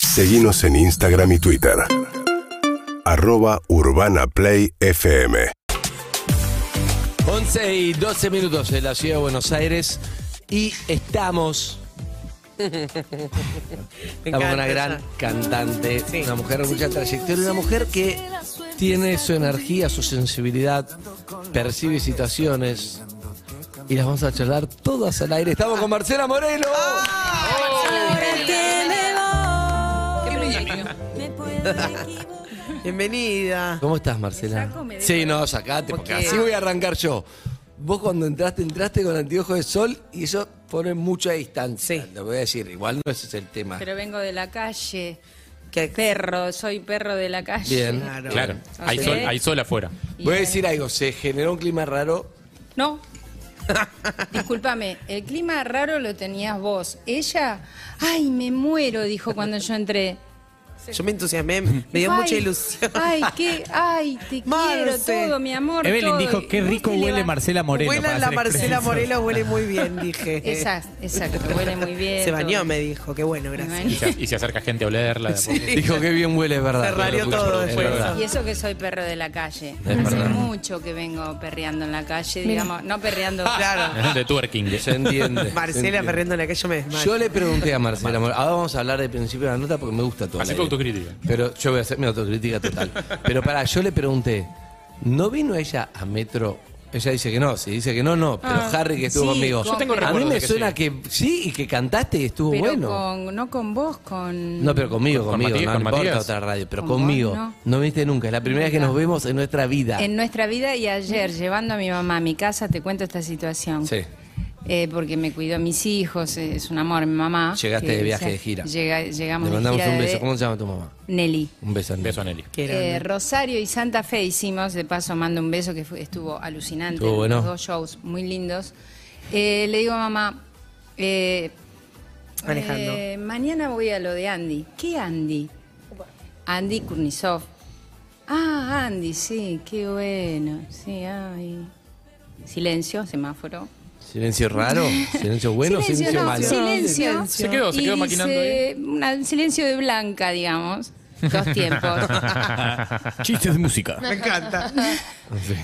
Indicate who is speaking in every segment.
Speaker 1: Seguimos en Instagram y Twitter. Arroba Urbana Play FM.
Speaker 2: 11 y 12 minutos en la ciudad de Buenos Aires y estamos,
Speaker 3: Me
Speaker 2: estamos con
Speaker 3: encanta
Speaker 2: una gran
Speaker 3: esa.
Speaker 2: cantante,
Speaker 3: Sí.
Speaker 2: una mujer con mucha trayectoria, una mujer que tiene su energía, su sensibilidad, percibe situaciones y las vamos a charlar todas al aire. Estamos con Marcela Morelo.
Speaker 3: Ah. Bienvenida.
Speaker 2: ¿Cómo estás, Marcela? Sí, no, sacate, porque
Speaker 3: Porque-
Speaker 2: así voy a arrancar yo. Vos cuando entraste, entraste con anteojos de sol y eso pone mucha distancia.
Speaker 3: Sí.
Speaker 2: Lo voy a decir, igual no ese es el tema.
Speaker 4: Pero vengo de la calle.
Speaker 3: ¿Qué?
Speaker 4: Perro, soy perro de la calle.
Speaker 2: Bien.
Speaker 3: Claro.
Speaker 5: Claro, hay
Speaker 4: Ok.
Speaker 5: sol, hay sol afuera.
Speaker 4: Y,
Speaker 2: Voy a
Speaker 4: eh,
Speaker 2: decir algo, se generó un clima raro.
Speaker 4: No. Discúlpame, el clima raro lo tenías vos. Ella, ay, me muero, dijo cuando yo entré.
Speaker 3: Yo me entusiasmé, me dio
Speaker 4: Ay,
Speaker 3: mucha ilusión.
Speaker 4: Ay, qué, ay, te
Speaker 3: Marce.
Speaker 4: quiero todo, mi amor.
Speaker 6: Evelyn
Speaker 4: todo.
Speaker 6: dijo, qué
Speaker 4: Y vos
Speaker 6: rico
Speaker 4: te
Speaker 6: huele
Speaker 4: levantás.
Speaker 6: Marcela Moreno.
Speaker 3: Huele
Speaker 6: para
Speaker 3: la
Speaker 6: ser
Speaker 3: Marcela
Speaker 6: expreso.
Speaker 3: Morelo, huele muy bien, dije.
Speaker 4: Exacto, exacto, huele muy bien.
Speaker 3: Se bañó,
Speaker 4: todo.
Speaker 3: me dijo. Qué bueno,
Speaker 4: Me
Speaker 3: gracias.
Speaker 5: Y
Speaker 4: bañé.
Speaker 5: se, y se acerca gente a olerla. de a poco.
Speaker 2: Dijo que bien huele, es verdad.
Speaker 3: Se rarió
Speaker 2: Es
Speaker 3: todo después.
Speaker 2: verdad.
Speaker 4: Y eso que soy perro de la calle.
Speaker 2: Es
Speaker 4: Hace
Speaker 2: verdad.
Speaker 4: mucho que vengo perreando en la calle, digamos, no perreando.
Speaker 3: Claro.
Speaker 5: De twerking.
Speaker 2: Se entiende. se
Speaker 3: Marcela
Speaker 2: entiende.
Speaker 3: Ferrendo en la calle me desmayo.
Speaker 2: Yo le pregunté a Marcela Moreno, ahora vamos a hablar del principio de la nota porque me gusta todo.
Speaker 5: Así
Speaker 2: el
Speaker 5: fue
Speaker 2: aire.
Speaker 5: autocrítica.
Speaker 2: Pero yo voy a hacer mi autocrítica total. Pero pará, yo le pregunté, ¿no vino ella a Metro? Ella dice que no, si dice que no, no, pero
Speaker 4: Ah,
Speaker 2: Harry que estuvo
Speaker 4: sí,
Speaker 2: conmigo.
Speaker 4: con- Yo tengo
Speaker 2: a mí
Speaker 5: recuerdos
Speaker 2: me
Speaker 5: de que
Speaker 2: suena que sí y que cantaste y estuvo
Speaker 4: Pero
Speaker 2: bueno.
Speaker 4: con- no con vos, con.
Speaker 2: No, pero conmigo,
Speaker 5: Con
Speaker 2: conmigo,
Speaker 5: Matías,
Speaker 2: no,
Speaker 5: con
Speaker 2: no importa
Speaker 5: Matías.
Speaker 2: otra radio, pero
Speaker 4: Con vos,
Speaker 2: conmigo.
Speaker 4: no.
Speaker 2: No viste nunca, es la primera vez que nos vemos en nuestra vida.
Speaker 4: En nuestra vida y ayer, llevando a mi mamá a mi casa, te cuento esta situación.
Speaker 2: Sí.
Speaker 4: Eh, porque me cuidó a mis hijos, eh, es un amor mi mamá.
Speaker 2: Llegaste
Speaker 4: que,
Speaker 2: de viaje
Speaker 4: o sea,
Speaker 2: de gira.
Speaker 4: llega- llegamos
Speaker 2: Le
Speaker 4: de
Speaker 2: mandamos
Speaker 4: gira
Speaker 2: un
Speaker 4: de-
Speaker 2: beso. ¿Cómo se llama tu mamá?
Speaker 4: Nelly.
Speaker 2: Un beso, Nelly.
Speaker 5: Beso a Nelly.
Speaker 3: Qué
Speaker 4: Eh,
Speaker 3: grande.
Speaker 4: Rosario y Santa Fe hicimos, de paso mando un beso que fue- estuvo alucinante,
Speaker 2: Estuvo bueno.
Speaker 4: los dos shows muy lindos. Eh, le digo a mamá, eh,
Speaker 3: Alejandro.
Speaker 4: eh, mañana voy a lo de Andy. ¿Qué Andy? Andy Kurnisov. Ah, Andy, sí, qué bueno. Sí, ay. Silencio, semáforo.
Speaker 2: Silencio raro, silencio bueno, silencio,
Speaker 4: no,
Speaker 2: malo.
Speaker 4: Silencio.
Speaker 3: Se
Speaker 5: quedó, se
Speaker 4: Y
Speaker 5: quedó maquinando
Speaker 4: dice, una- un silencio de blanca, digamos. Dos tiempos.
Speaker 6: Chistes de música.
Speaker 3: Me encanta.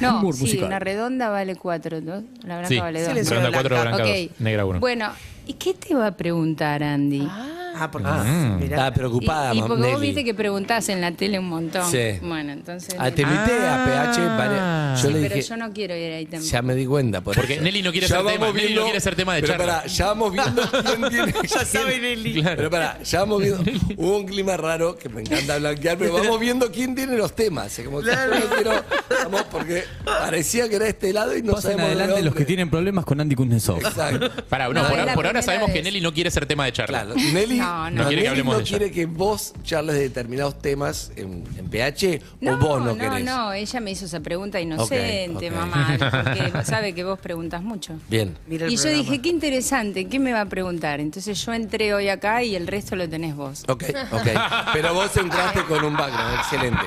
Speaker 4: No,
Speaker 6: Humor
Speaker 4: sí,
Speaker 6: musical.
Speaker 4: una redonda vale cuatro, ¿no? La blanca
Speaker 5: Sí.
Speaker 4: vale
Speaker 3: Sí,
Speaker 4: dos.
Speaker 3: le
Speaker 5: Ronda 4,
Speaker 3: blanca.
Speaker 5: blanca 2,
Speaker 4: Ok.
Speaker 5: negra 1.
Speaker 4: Bueno, ¿y qué te va a preguntar, Andy?
Speaker 3: Ah, porque
Speaker 2: Ah,
Speaker 3: mirá.
Speaker 2: estaba preocupada,
Speaker 4: y, y porque vos
Speaker 2: Nelly.
Speaker 4: viste que preguntás en la tele un montón.
Speaker 2: Sí.
Speaker 4: Bueno, entonces.
Speaker 2: Ah, te invité a PH. varias- Yo
Speaker 4: Sí,
Speaker 2: le
Speaker 4: pero
Speaker 2: dije,
Speaker 4: yo no quiero ir ahí también.
Speaker 2: ya me di cuenta. por
Speaker 5: Porque
Speaker 2: eso.
Speaker 5: Nelly no quiere
Speaker 2: Ya
Speaker 5: ser
Speaker 2: vamos
Speaker 5: tema, Nelly no quiere ser tema de
Speaker 2: pero
Speaker 5: charla.
Speaker 2: pará, ya vamos viendo quién tiene.
Speaker 3: Ya sabe Nelly.
Speaker 2: Pero pará, ya vamos viendo. Hubo un clima raro que me encanta blanquear, pero vamos viendo quién tiene los temas. Es Como que yo no quiero. Vamos, porque parecía que era este lado y no
Speaker 6: Pasen
Speaker 2: sabemos de
Speaker 6: adelante los
Speaker 2: dónde.
Speaker 6: que tienen problemas con Andy Kuznetsov.
Speaker 2: Exacto.
Speaker 5: Pará, no,
Speaker 4: No, es la
Speaker 5: por, por ahora
Speaker 4: primera
Speaker 5: sabemos que
Speaker 4: vez.
Speaker 5: Nelly no quiere ser tema de charla.
Speaker 2: Claro, Nelly
Speaker 4: No, no. No
Speaker 2: Nelly
Speaker 5: quiere que hablemos
Speaker 2: no
Speaker 5: de ella.
Speaker 2: quiere que vos charles de determinados temas en, en PH o vos no,
Speaker 4: no,
Speaker 2: querés.
Speaker 4: no, ella me hizo esa pregunta inocente,
Speaker 2: ok.
Speaker 4: mamá, porque sabe que vos preguntas mucho.
Speaker 2: Bien.
Speaker 3: Mira el
Speaker 4: y yo
Speaker 3: programa.
Speaker 4: dije, qué interesante, ¿qué me va a preguntar? Entonces yo entré hoy acá y el resto lo tenés vos.
Speaker 2: Ok, ok. Pero vos entraste con un background, excelente.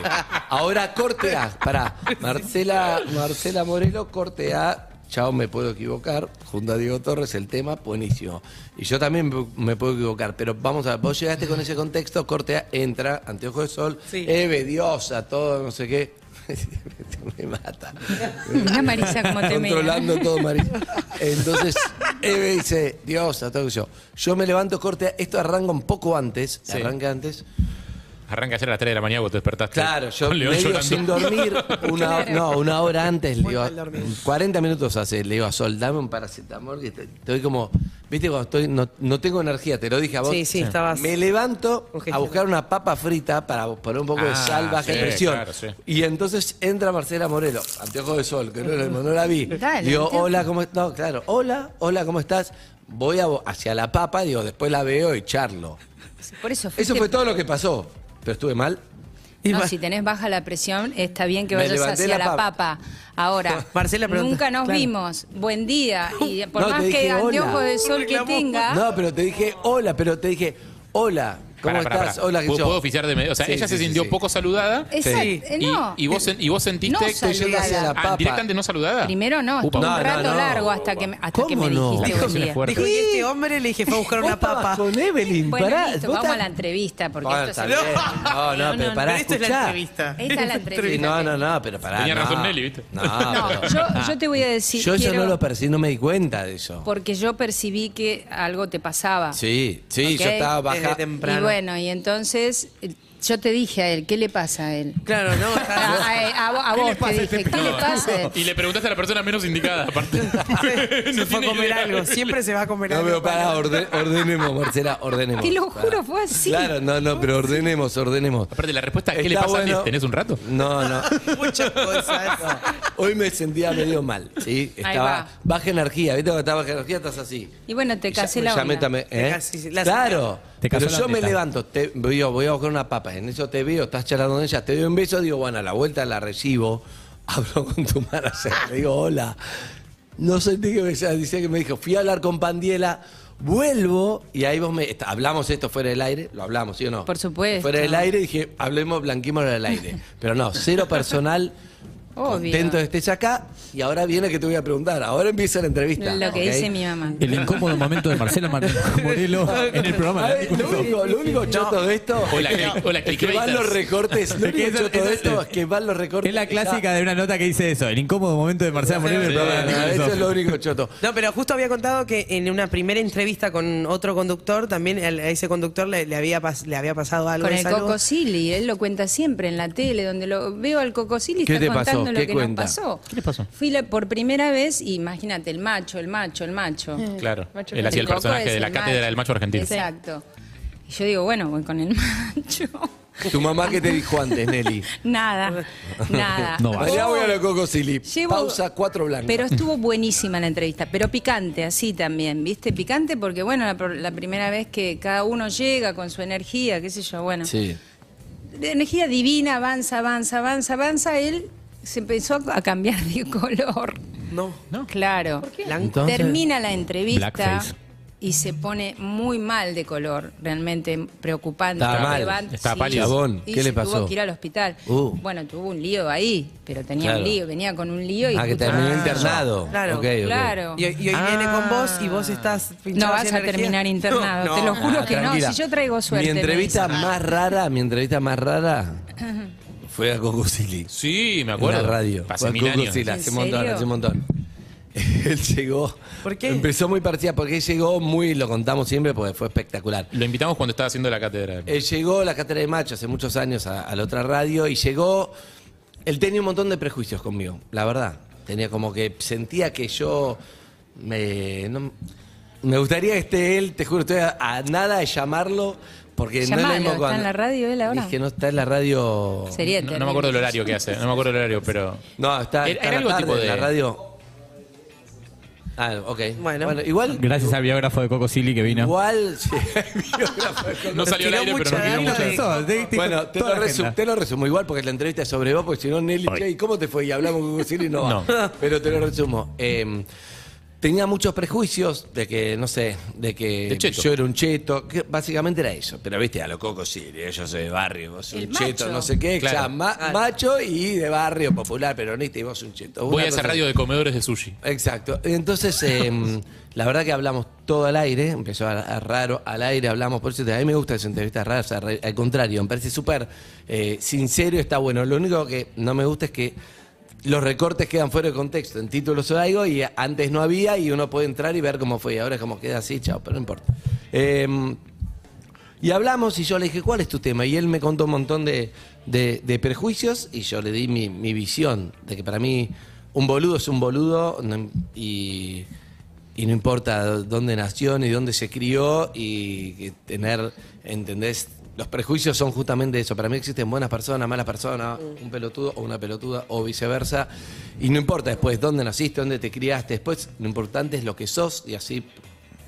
Speaker 2: Ahora corte A, pará. Marcela, Marcela Morelo, corte A. Chao, me puedo equivocar. Junto a Diego Torres, el tema, buenísimo. Y yo también me- me puedo equivocar, pero vamos a ver, vos llegaste con ese contexto, corte A, entra, anteojo de sol,
Speaker 3: Sí.
Speaker 2: Eve, diosa, todo, no sé qué. me mata.
Speaker 4: Mirá, Marisa, cómo te mira.
Speaker 2: Controlando todo, Marisa. Entonces, Eve dice, Dios, a todo yo. Yo me levanto, corte, esto arranca un poco antes, arranca antes.
Speaker 5: Arranca ayer a las 3 de la mañana vos te despertaste.
Speaker 2: Claro, yo
Speaker 5: con León
Speaker 2: medio
Speaker 5: llorando.
Speaker 2: sin dormir, una, no, una hora antes, le digo,
Speaker 3: mal dormido.
Speaker 2: 40 minutos hace, le digo a Sol, dame un paracetamol, que estoy, estoy como, viste, cuando estoy, no, no tengo energía, te lo dije a vos.
Speaker 3: Sí, sí, Sí. estabas-
Speaker 2: Me levanto a
Speaker 3: Congestionado.
Speaker 2: buscar una papa frita para poner un poco de
Speaker 5: Ah,
Speaker 2: sal, baja
Speaker 5: sí,
Speaker 2: presión.
Speaker 5: claro, sí.
Speaker 2: Y entonces entra Marcela Morelo, anteojo de sol, que no, la- no la vi.
Speaker 4: Dale,
Speaker 2: digo,
Speaker 4: anteojo.
Speaker 2: hola, ¿cómo estás? No, claro, hola, hola, ¿cómo estás? Voy a- hacia la papa, digo, después la veo y charlo.
Speaker 4: Por eso
Speaker 2: Eso
Speaker 4: fuiste-
Speaker 2: fue todo lo que pasó, pero estuve mal.
Speaker 3: Y
Speaker 4: No,
Speaker 3: va-
Speaker 4: si tenés baja la presión, está bien que
Speaker 2: Me
Speaker 4: vayas
Speaker 2: levanté
Speaker 4: hacia
Speaker 2: la
Speaker 4: la,
Speaker 2: papa.
Speaker 4: papa. Ahora,
Speaker 3: Marcela pregunta,
Speaker 4: nunca nos
Speaker 3: claro.
Speaker 4: vimos. Buen día. Y por
Speaker 2: No,
Speaker 4: más
Speaker 2: te dije
Speaker 4: que
Speaker 2: hola.
Speaker 4: anteojo de sol que tenga,
Speaker 2: No, pero te dije hola, pero te dije hola. ¿Cómo
Speaker 5: Pará, pará,
Speaker 2: estás?
Speaker 5: pará.
Speaker 2: Hola, ¿qué
Speaker 5: ¿Puedo,
Speaker 2: yo?
Speaker 5: puedo oficiar de medio? O sea,
Speaker 2: Sí,
Speaker 5: ella
Speaker 2: sí,
Speaker 5: se
Speaker 2: sí,
Speaker 5: sintió
Speaker 2: sí.
Speaker 5: poco saludada.
Speaker 4: Exacto,
Speaker 3: Sí.
Speaker 4: eh,
Speaker 5: Y,
Speaker 4: no.
Speaker 5: y vos, sen- y vos sentiste
Speaker 4: No
Speaker 5: que-
Speaker 4: saludada.
Speaker 2: Yendo hacia la-
Speaker 5: Ah,
Speaker 2: papa.
Speaker 5: directamente no saludada.
Speaker 4: Primero no,
Speaker 5: Upa,
Speaker 4: estuve
Speaker 2: No,
Speaker 4: un
Speaker 2: no,
Speaker 4: rato
Speaker 2: no.
Speaker 4: largo hasta que, me- hasta que
Speaker 2: ¿Cómo
Speaker 4: me
Speaker 2: no?
Speaker 4: dijiste
Speaker 5: La
Speaker 4: un
Speaker 5: conexión es
Speaker 4: día.
Speaker 5: fuerte.
Speaker 3: Dijo, y este hombre le dije, fue a buscar
Speaker 2: Vos
Speaker 3: una
Speaker 2: estabas
Speaker 3: papa.
Speaker 2: con Evelyn,
Speaker 4: Bueno,
Speaker 2: pará.
Speaker 4: listo,
Speaker 2: vos
Speaker 4: vamos
Speaker 2: estás-
Speaker 4: a la entrevista, porque
Speaker 2: Bueno,
Speaker 4: esto
Speaker 2: está
Speaker 4: se-
Speaker 2: bien. No, no, pero pará,
Speaker 3: Pero esto es la
Speaker 2: escuchá.
Speaker 3: entrevista.
Speaker 4: Ahí está la
Speaker 2: Sí,
Speaker 4: entrevista.
Speaker 2: no, no, no, pero pará.
Speaker 5: Tenía
Speaker 2: no.
Speaker 5: razón Nelly, ¿viste?
Speaker 2: No,
Speaker 4: No,
Speaker 2: pero-
Speaker 4: yo, yo te voy a decir.
Speaker 2: Ah. yo eso
Speaker 4: quiero-
Speaker 2: no lo percibí, no me di cuenta de eso.
Speaker 4: Porque yo percibí que algo te pasaba.
Speaker 2: Sí, sí,
Speaker 4: Ok.
Speaker 2: yo estaba
Speaker 3: Desde
Speaker 2: baja.
Speaker 3: temprano.
Speaker 4: Y bueno, y entonces eh, yo te dije a él, ¿qué le pasa a él?
Speaker 3: Claro, no,
Speaker 4: A,
Speaker 3: está-
Speaker 4: a- a vo- a
Speaker 7: ¿Qué le
Speaker 4: vos
Speaker 7: pasa a
Speaker 4: te
Speaker 7: este
Speaker 4: dije, ¿qué
Speaker 7: pibe?
Speaker 4: le pasa a él?
Speaker 5: Y le preguntaste a la persona menos indicada, aparte.
Speaker 3: se fue a
Speaker 5: tiene
Speaker 3: comer
Speaker 5: idea.
Speaker 3: algo, siempre se va a comer
Speaker 2: No,
Speaker 3: algo.
Speaker 2: pero pará, orde- ordenemos, Marcela, ordenemos.
Speaker 4: Te lo
Speaker 2: Pará.
Speaker 4: juro, fue así.
Speaker 2: Claro, no, no, pero ordenemos, ordenemos.
Speaker 5: Aparte, la respuesta, ¿qué le
Speaker 2: Está
Speaker 5: pasa a
Speaker 2: bueno.
Speaker 5: Andy? ¿Tenés un rato?
Speaker 2: No, no.
Speaker 3: Muchas cosas.
Speaker 2: Hoy me sentía medio mal, ¿sí?
Speaker 4: Ahí
Speaker 2: Estaba
Speaker 4: va.
Speaker 2: baja energía, ¿viste? Cuando estás baja energía estás así.
Speaker 4: Y bueno, te casé
Speaker 2: Ya-
Speaker 4: la
Speaker 2: ya
Speaker 4: onda.
Speaker 2: métame,
Speaker 3: Te
Speaker 2: ¿eh?
Speaker 3: casé- la-
Speaker 2: Claro.
Speaker 6: Te casó
Speaker 2: pero
Speaker 6: la
Speaker 2: yo me
Speaker 6: teta.
Speaker 2: levanto, te veo, voy a buscar una papa, en eso te veo, estás charlando con ella, te doy un beso, digo, bueno, a la vuelta la recibo, hablo con tu manager, le digo, hola. No sentí que me dice que me dijo, fui a hablar con Pandiela, vuelvo, y ahí vos me. está- hablamos esto fuera del aire, lo hablamos, ¿sí o no?
Speaker 4: Por supuesto.
Speaker 2: Fuera del aire dije, hablemos, blanquemos el aire. Pero no, cero personal.
Speaker 4: Obvio.
Speaker 2: Contento de que estés acá y ahora viene que te voy a preguntar. Ahora empieza la entrevista.
Speaker 4: Lo que
Speaker 2: ¿ok?
Speaker 4: dice mi mamá.
Speaker 6: El incómodo momento de Marcela Mar- Morelo en el programa.
Speaker 2: A
Speaker 6: de
Speaker 2: ver,
Speaker 6: Andy
Speaker 2: lo
Speaker 6: Cuneso.
Speaker 2: único, lo único choto de esto
Speaker 5: O la
Speaker 2: es
Speaker 5: click- o la
Speaker 2: es que van
Speaker 5: clickbaiters.
Speaker 2: los recortes. Lo
Speaker 6: Es que
Speaker 2: único
Speaker 6: eso-
Speaker 2: choto de
Speaker 6: eso-
Speaker 2: esto es que van los recortes.
Speaker 6: Es la clásica
Speaker 2: Ya-
Speaker 6: de una nota que dice eso, el incómodo momento de Marcela Morelo en el
Speaker 5: Sí,
Speaker 6: programa. de Andy
Speaker 2: Bueno,
Speaker 6: Cuneso.
Speaker 2: Eso es lo único choto.
Speaker 3: No, pero justo había contado que en una primera entrevista con otro conductor, también al- a ese conductor le, le había, pas- le había pasado algo.
Speaker 4: Con
Speaker 3: de
Speaker 4: el
Speaker 3: salud.
Speaker 4: Cocosili, él lo cuenta siempre en la tele, donde lo veo al Cocosili
Speaker 2: ¿Qué
Speaker 4: está
Speaker 2: te pasó?
Speaker 4: contando lo
Speaker 2: ¿Qué
Speaker 4: que
Speaker 2: cuenta?
Speaker 4: nos pasó.
Speaker 5: ¿Qué le pasó?
Speaker 4: Fui la- por primera vez, y imagínate, el macho, el macho, el macho.
Speaker 5: Claro.
Speaker 7: Macho
Speaker 5: Él hacía el
Speaker 4: Coco
Speaker 5: personaje
Speaker 4: es
Speaker 5: de la
Speaker 4: el
Speaker 5: cátedra del macho argentino.
Speaker 4: Exacto. Y yo digo, bueno, voy con el macho.
Speaker 2: Tu mamá que te dijo antes, Nelly.
Speaker 4: nada, nada.
Speaker 6: No va.
Speaker 2: Allá voy a la Coco Silly.
Speaker 4: Llevo-
Speaker 2: Pausa cuatro blancas.
Speaker 4: Pero estuvo buenísima la entrevista, pero picante, así también, ¿viste? Picante porque, bueno, la, pro- la primera vez que cada uno llega con su energía, qué sé yo, bueno.
Speaker 2: Sí.
Speaker 4: De energía divina, avanza, avanza, avanza, avanza, él se empezó a a cambiar de color.
Speaker 3: No.
Speaker 4: Claro.
Speaker 2: Entonces-
Speaker 4: Termina la entrevista
Speaker 6: Blackface.
Speaker 4: y se pone muy mal de color, realmente preocupante.
Speaker 2: Estaba mal,
Speaker 4: Levanta-
Speaker 5: estaba pálido.
Speaker 2: Chabón,
Speaker 4: y
Speaker 2: ¿qué
Speaker 4: se
Speaker 2: le pasó?
Speaker 4: Tuvo que ir al hospital.
Speaker 2: Uh.
Speaker 4: Bueno, tuvo un lío ahí, pero tenía
Speaker 2: Claro.
Speaker 4: un lío, venía con un lío y
Speaker 2: Ah, que
Speaker 4: justo-
Speaker 2: terminó internado.
Speaker 3: Ah, Claro.
Speaker 2: Ok, ok.
Speaker 4: Claro.
Speaker 3: Y, hoy- y hoy viene con vos y vos estás
Speaker 4: Ah. No
Speaker 3: pinchado de
Speaker 4: vas a
Speaker 3: energía.
Speaker 4: terminar internado,
Speaker 3: No,
Speaker 4: te lo
Speaker 3: no.
Speaker 4: juro
Speaker 2: Ah,
Speaker 4: que
Speaker 2: tranquila.
Speaker 4: no. Si yo traigo suerte.
Speaker 2: Mi
Speaker 4: me
Speaker 2: entrevista
Speaker 4: dicen.
Speaker 2: más rara, mi entrevista más rara fue a Coco Silly.
Speaker 5: Sí, me
Speaker 2: En la
Speaker 5: acuerdo.
Speaker 2: radio.
Speaker 5: Pasé
Speaker 2: Fue
Speaker 5: mil
Speaker 2: Coco
Speaker 5: años.
Speaker 2: Silly, hace
Speaker 4: ¿En
Speaker 2: un montón,
Speaker 4: serio?
Speaker 2: hace un montón. Él llegó.
Speaker 3: ¿Por qué?
Speaker 2: Empezó muy partida, porque él llegó muy, lo contamos siempre porque fue espectacular.
Speaker 5: Lo invitamos cuando estaba haciendo la cátedra.
Speaker 2: Él Eh, llegó a la cátedra de macho hace muchos años a, a la otra radio y llegó. Él tenía un montón de prejuicios conmigo, la verdad. Tenía como que sentía que yo me. no- me gustaría que esté él, te juro, estoy a, a nada de llamarlo porque no es
Speaker 4: Llamalo,
Speaker 2: lo mismo
Speaker 4: ¿está
Speaker 2: cuando-
Speaker 4: en la radio él ahora?
Speaker 2: Es que no está en la radio.
Speaker 4: Sería
Speaker 5: No, no
Speaker 4: terrible.
Speaker 5: me acuerdo el horario que hace. No me acuerdo el horario, pero.
Speaker 2: No, está,
Speaker 5: Era-
Speaker 2: está
Speaker 5: era
Speaker 2: en la
Speaker 5: algo
Speaker 2: tarde,
Speaker 5: tipo de-
Speaker 2: en la radio. Ah, ok.
Speaker 3: Bueno.
Speaker 2: igual.
Speaker 6: Gracias al biógrafo de Coco Silly que vino.
Speaker 2: Igual. sí, biógrafo de Coco
Speaker 5: No salió al
Speaker 3: tiró
Speaker 5: aire, pero
Speaker 3: mucha
Speaker 5: nos tiró
Speaker 3: data
Speaker 5: mucho.
Speaker 3: de-
Speaker 2: Bueno, te lo, resu- te lo resumo igual porque la entrevista es sobre vos, porque si no, Nelly, che, ¿y cómo te fue? Y hablamos con Gusili y no va. Pero te lo resumo. Eh, tenía muchos prejuicios de que, no sé, de que
Speaker 5: De cheto.
Speaker 2: yo era un cheto. que básicamente era eso. Pero viste, a lo coco Gusili, yo soy de barrio, vos sos
Speaker 4: El
Speaker 2: un cheto,
Speaker 4: macho.
Speaker 2: no sé qué.
Speaker 5: Claro.
Speaker 2: ya, ma- macho y de barrio, popular, peronista, y vos un cheto.
Speaker 5: Voy
Speaker 2: Una
Speaker 5: a esa
Speaker 2: cosa
Speaker 5: radio de comedores de sushi.
Speaker 2: Exacto. Entonces, em, la verdad que hablamos todo al aire, empezó a, a raro al aire, hablamos, por eso te- a mí me gustan esas entrevistas raras, o sea, re- al contrario, me parece súper eh, sincero, está bueno. Lo único que no me gusta es que los recortes quedan fuera de contexto, en títulos o algo, y antes no había, y uno puede entrar y ver cómo fue, y ahora es como queda así, chao, pero no importa. Em, y hablamos y yo le dije, ¿cuál es tu tema? Y él me contó un montón de, de- de prejuicios y yo le di mi, mi visión de que para mí un boludo es un boludo no im- y, y no importa dónde nació ni dónde se crió y que tener, ¿entendés? Los prejuicios son justamente eso. Para mí existen buenas personas, malas personas, un pelotudo o una pelotuda o viceversa. Y no importa después dónde naciste, dónde te criaste. Después lo importante es lo que sos y así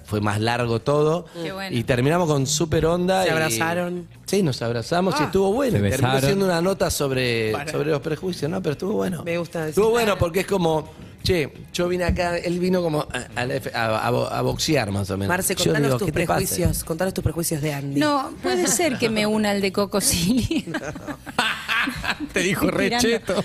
Speaker 2: fue más largo todo.
Speaker 4: Qué bueno.
Speaker 2: Y terminamos con super onda.
Speaker 3: ¿Se
Speaker 2: y-
Speaker 3: abrazaron?
Speaker 2: Sí, nos abrazamos y estuvo bueno.
Speaker 6: Se
Speaker 2: Terminó
Speaker 6: besaron.
Speaker 2: siendo una nota sobre, sobre los prejuicios, ¿no? Pero estuvo bueno.
Speaker 3: Me gusta eso.
Speaker 2: Estuvo bueno porque es como Che, yo vine acá, él vino como a, a la F- a- a bo- a boxear más o menos.
Speaker 3: Marce,
Speaker 2: Yo
Speaker 3: contanos
Speaker 2: digo,
Speaker 3: tus
Speaker 2: ¿qué te pasa?
Speaker 3: prejuicios. Contanos tus prejuicios de Andy.
Speaker 4: No, puede ser que me una al de Coco Silly.
Speaker 2: Te dijo
Speaker 4: Tirando.
Speaker 2: recheto.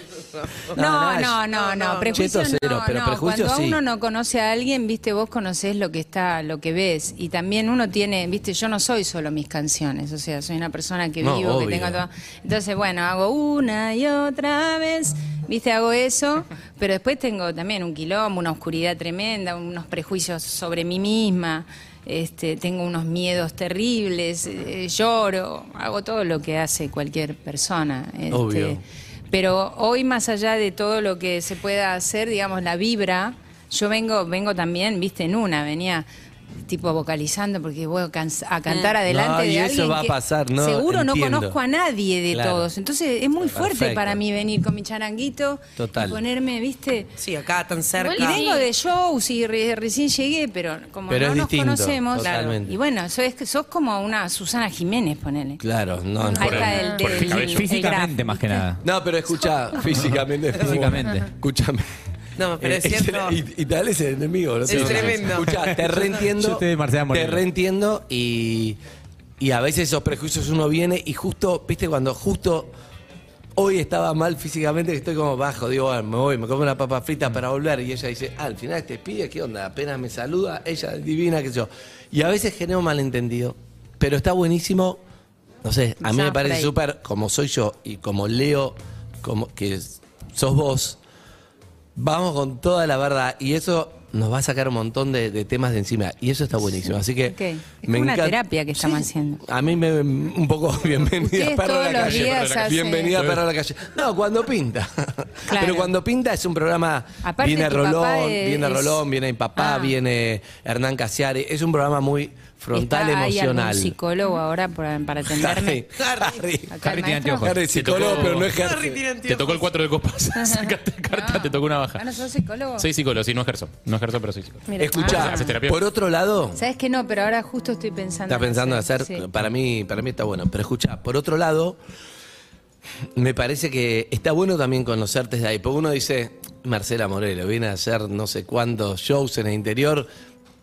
Speaker 4: No, no, no, no, prejuicios
Speaker 2: Cheto cero,
Speaker 4: no,
Speaker 2: pero
Speaker 4: no.
Speaker 2: prejuicios
Speaker 4: Cuando
Speaker 2: sí.
Speaker 4: uno no conoce a alguien, viste, vos conocés lo que está, lo que ves. Y también uno tiene, viste, yo no soy solo mis canciones, o sea, soy una persona que
Speaker 2: No,
Speaker 4: vivo,
Speaker 2: obvio.
Speaker 4: que tengo todo. Entonces, bueno, hago una y otra vez, viste, hago eso, pero después tengo también un quilombo, una oscuridad tremenda, unos prejuicios sobre mí misma. Este, tengo unos miedos terribles, eh, lloro, hago todo lo que hace cualquier persona. este,
Speaker 2: Obvio.
Speaker 4: pero hoy, más allá de todo lo que se pueda hacer, digamos, la vibra, yo vengo, vengo también, viste, en una, venía tipo vocalizando porque voy a, cansa- a cantar adelante
Speaker 2: No,
Speaker 4: de
Speaker 2: y eso
Speaker 4: alguien
Speaker 2: va a
Speaker 4: que
Speaker 2: pasar, no,
Speaker 4: seguro
Speaker 2: entiendo.
Speaker 4: no conozco a nadie de
Speaker 2: Claro.
Speaker 4: todos entonces es muy fuerte
Speaker 2: Perfecto.
Speaker 4: para mí venir con mi charanguito
Speaker 2: Total.
Speaker 4: y ponerme viste
Speaker 3: Sí, acá tan cerca.
Speaker 4: y vengo de shows y re- recién llegué pero como
Speaker 2: Pero
Speaker 4: no
Speaker 2: es
Speaker 4: nos
Speaker 2: distinto,
Speaker 4: conocemos
Speaker 2: totalmente.
Speaker 4: y bueno sos, sos como una Susana Jiménez ponele
Speaker 2: Claro, no, no.
Speaker 4: Ahí está el,
Speaker 5: por el
Speaker 4: del-
Speaker 5: cabello.
Speaker 4: el
Speaker 6: Físicamente,
Speaker 4: graf,
Speaker 6: más que
Speaker 4: ¿viste?
Speaker 6: nada.
Speaker 2: No, pero escucha, físicamente.
Speaker 6: Físicamente.
Speaker 2: Escúchame.
Speaker 3: No, pero es
Speaker 2: Eh,
Speaker 3: cierto.
Speaker 2: Y, y tal es el enemigo, ¿no?
Speaker 3: Es tremendo.
Speaker 2: Escuchá, te reentiendo.
Speaker 6: Yo estoy de Marcela
Speaker 2: te
Speaker 6: Moreno.
Speaker 2: reentiendo y, y a veces esos prejuicios uno viene y justo, viste, cuando justo hoy estaba mal físicamente, que estoy como bajo, digo, "Ah, me voy, me como una papa frita para volver. Y ella dice, ah, al final este pibe, ¿qué onda? Apenas me saluda, ella es divina, qué sé yo. Y a veces genero un malentendido, pero está buenísimo. No sé, a mí me
Speaker 4: Zafra
Speaker 2: parece
Speaker 4: ahí.
Speaker 2: súper, como soy yo y como leo, como que s- sos vos, Vamos con toda la verdad y eso nos va a sacar un montón de, de temas de encima y eso está buenísimo. Así que
Speaker 4: Ok. Es como una
Speaker 2: encanta-
Speaker 4: terapia que estamos haciendo.
Speaker 2: A mí me un poco bienvenida
Speaker 4: Ustedes
Speaker 2: perro a
Speaker 4: todos
Speaker 2: la
Speaker 4: los
Speaker 2: calle.
Speaker 5: días
Speaker 2: perro a la calle.
Speaker 4: hacen-
Speaker 2: Bienvenida perro a la calle. No, cuando pinta. Pero cuando pinta es un programa
Speaker 4: Aparte,
Speaker 2: viene
Speaker 4: tu papá
Speaker 2: Rolón,
Speaker 4: es-
Speaker 2: viene Rolón, viene mi papá,
Speaker 4: Ah.
Speaker 2: viene Hernán Casiari, es un programa muy frontal
Speaker 4: Está- hay algún
Speaker 2: emocional.
Speaker 4: psicólogo ahora para, para atenderme?
Speaker 2: Harry, Harry,
Speaker 4: Acá
Speaker 6: Harry
Speaker 4: el
Speaker 6: tiene
Speaker 4: maestro.
Speaker 6: anteojos.
Speaker 2: Harry, psicólogo,
Speaker 5: tocó-
Speaker 2: pero no es
Speaker 3: Harry
Speaker 2: Harry.
Speaker 3: tiene
Speaker 5: Te tocó
Speaker 3: anteojos.
Speaker 5: el 4 de copas. Sacaste carta, te tocó una
Speaker 4: Ah,
Speaker 5: baja.
Speaker 4: ¿no sos psicólogo?
Speaker 5: Soy psicólogo, sí, no ejerzo. No ejerzo, pero soy psicólogo.
Speaker 4: Mira. Ah,
Speaker 2: Escuchá,
Speaker 5: Haces terapia.
Speaker 2: por otro lado,
Speaker 4: Sabes que no, pero ahora justo estoy pensando.
Speaker 2: Está pensando en hacer,
Speaker 4: sí.
Speaker 2: para mí, para mí está bueno. Pero escucha, por otro lado, me parece que está bueno también conocerte desde ahí. Porque uno dice, Marcela Morelo, viene a hacer no sé cuántos shows en el interior.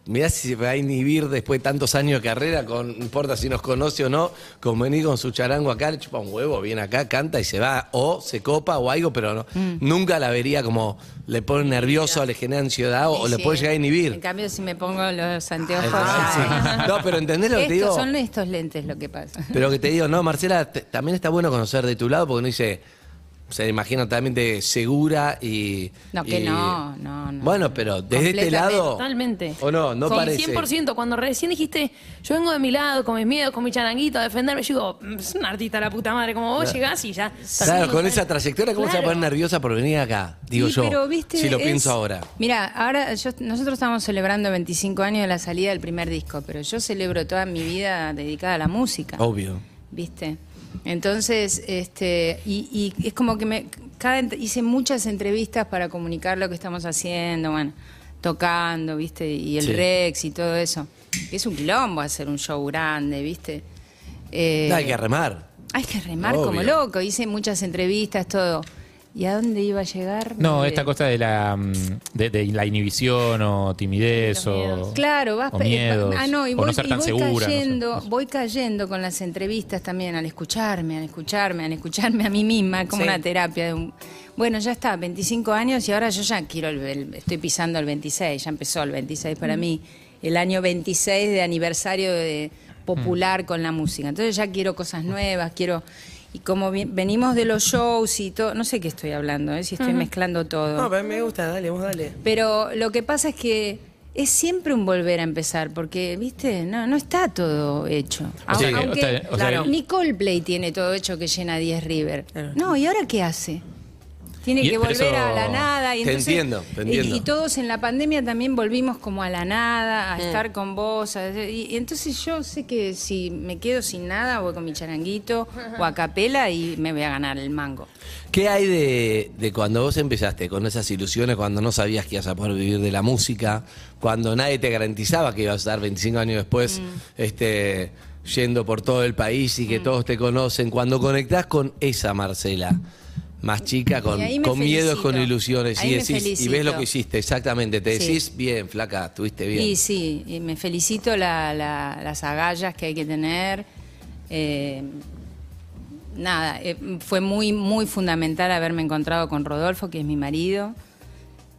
Speaker 2: Mirá si se va a inhibir después de tantos años de carrera, con, no importa si nos conoce o no, con venir con su charango acá, le chupa un huevo, viene acá, canta y se va, o se copa o algo, pero no,
Speaker 4: Mm.
Speaker 2: nunca la vería como le pone nervioso, le genera ansiedad o, o le
Speaker 4: Sí.
Speaker 2: puede llegar a inhibir.
Speaker 4: En cambio, si me pongo los anteojos.
Speaker 2: Ah,
Speaker 4: ya-
Speaker 2: sí. No, pero ¿entendés lo que te
Speaker 4: Estos
Speaker 2: digo?
Speaker 4: Son estos lentes lo que pasa.
Speaker 2: Pero que te digo, no, Marcela, te- también está bueno conocer de tu lado porque uno dice, se imagina totalmente segura y.
Speaker 4: No, que
Speaker 2: y-
Speaker 4: no, no, no.
Speaker 2: Bueno, pero desde este
Speaker 4: Completamente,
Speaker 2: lado.
Speaker 7: Totalmente.
Speaker 2: O no, no
Speaker 7: Sí,
Speaker 2: parece.
Speaker 7: 100%. Cuando recién dijiste, yo vengo de mi lado, con mis miedos, con mi charanguito, a defenderme, yo digo, "Mm, es un artista la puta madre, como vos llegás y ya.
Speaker 2: Claro, con esa trayectoria, ¿cómo se va a poner
Speaker 7: Claro.
Speaker 2: nerviosa por venir acá? Digo
Speaker 4: Sí,
Speaker 2: yo.
Speaker 4: pero, viste,
Speaker 2: si lo
Speaker 4: es-
Speaker 2: pienso ahora.
Speaker 4: Mira, ahora yo- nosotros estamos celebrando 25 años de la salida del primer disco, pero yo celebro toda mi vida dedicada a la música.
Speaker 2: Obvio.
Speaker 4: ¿Viste? Entonces, este, y, y es como que me cada ent- hice muchas entrevistas para comunicar lo que estamos haciendo, bueno, tocando, ¿viste? Y el
Speaker 2: Sí.
Speaker 4: Rex y todo eso. Es un quilombo hacer un show grande, ¿viste? Eh,
Speaker 2: No, hay que remar.
Speaker 4: hay que remar
Speaker 2: Obvio.
Speaker 4: como loco, hice muchas entrevistas, todo. ¿Y a dónde iba a llegar? Eh,
Speaker 5: No,
Speaker 4: olvidé.
Speaker 5: esta cosa de la, mm, de, de la inhibición o timidez o.
Speaker 4: Claro, vas
Speaker 5: o
Speaker 4: pe-
Speaker 5: miedos,
Speaker 4: Ah, no, y
Speaker 5: o
Speaker 4: voy,
Speaker 5: no ser
Speaker 4: y
Speaker 5: tan
Speaker 4: voy
Speaker 5: segura. no sé.
Speaker 4: cayendo, voy cayendo con las entrevistas también al escucharme, al escucharme, al escucharme a mí misma, es como
Speaker 3: Sí.
Speaker 4: una terapia de un- bueno, ya está, 25 años y ahora yo ya quiero el, el- estoy pisando el 26, ya empezó el 26
Speaker 3: Mm.
Speaker 4: para mí, el año 26 de aniversario de popular
Speaker 5: Mm.
Speaker 4: con la música. Entonces ya quiero cosas nuevas, quiero y como vi- venimos de los shows y todo, no sé qué estoy hablando, eh, si estoy mezclando todo.
Speaker 3: No, pero me gusta, dale, vos dale.
Speaker 4: Pero lo que pasa es que es siempre un volver a empezar, porque, viste, no, no está todo hecho.
Speaker 5: O sea
Speaker 4: Au-
Speaker 5: que-
Speaker 4: aunque,
Speaker 5: o sea- o sea
Speaker 4: claro,
Speaker 5: que-
Speaker 4: ni Coldplay tiene todo hecho que llena 10 River.
Speaker 3: Claro.
Speaker 4: No, ¿y ahora qué hace? Tiene
Speaker 5: Y-
Speaker 4: que
Speaker 5: pero
Speaker 4: volver
Speaker 5: eso-
Speaker 4: a la nada. Y
Speaker 2: Te
Speaker 4: entonces-
Speaker 2: entiendo, te
Speaker 4: y-
Speaker 2: entiendo.
Speaker 4: Y, todos en la pandemia también volvimos como a la nada,
Speaker 5: Mm.
Speaker 4: a estar con vos. a- y, y entonces yo sé que si me quedo sin nada, voy con mi charanguito o a capela y me voy a ganar el mango.
Speaker 2: ¿Qué hay de, de cuando vos empezaste con esas ilusiones, cuando no sabías que ibas a poder vivir de la música, cuando nadie te garantizaba que ibas a estar 25 años después
Speaker 4: Mm.
Speaker 2: este, yendo por todo el país y que todos te conocen, cuando conectás con esa Marcela? más chica, con,
Speaker 4: Y ahí me
Speaker 2: con miedos,
Speaker 4: felicito.
Speaker 2: con ilusiones.
Speaker 4: Ahí
Speaker 2: y
Speaker 4: me
Speaker 2: decís, y
Speaker 4: felicito.
Speaker 2: ves lo que hiciste, exactamente. Te
Speaker 4: Sí.
Speaker 2: decís, bien, flaca, estuviste bien.
Speaker 4: Y sí, y me felicito la- la- las agallas que hay que tener. Eh, nada, eh, fue muy, muy fundamental haberme encontrado con Rodolfo, que es mi marido.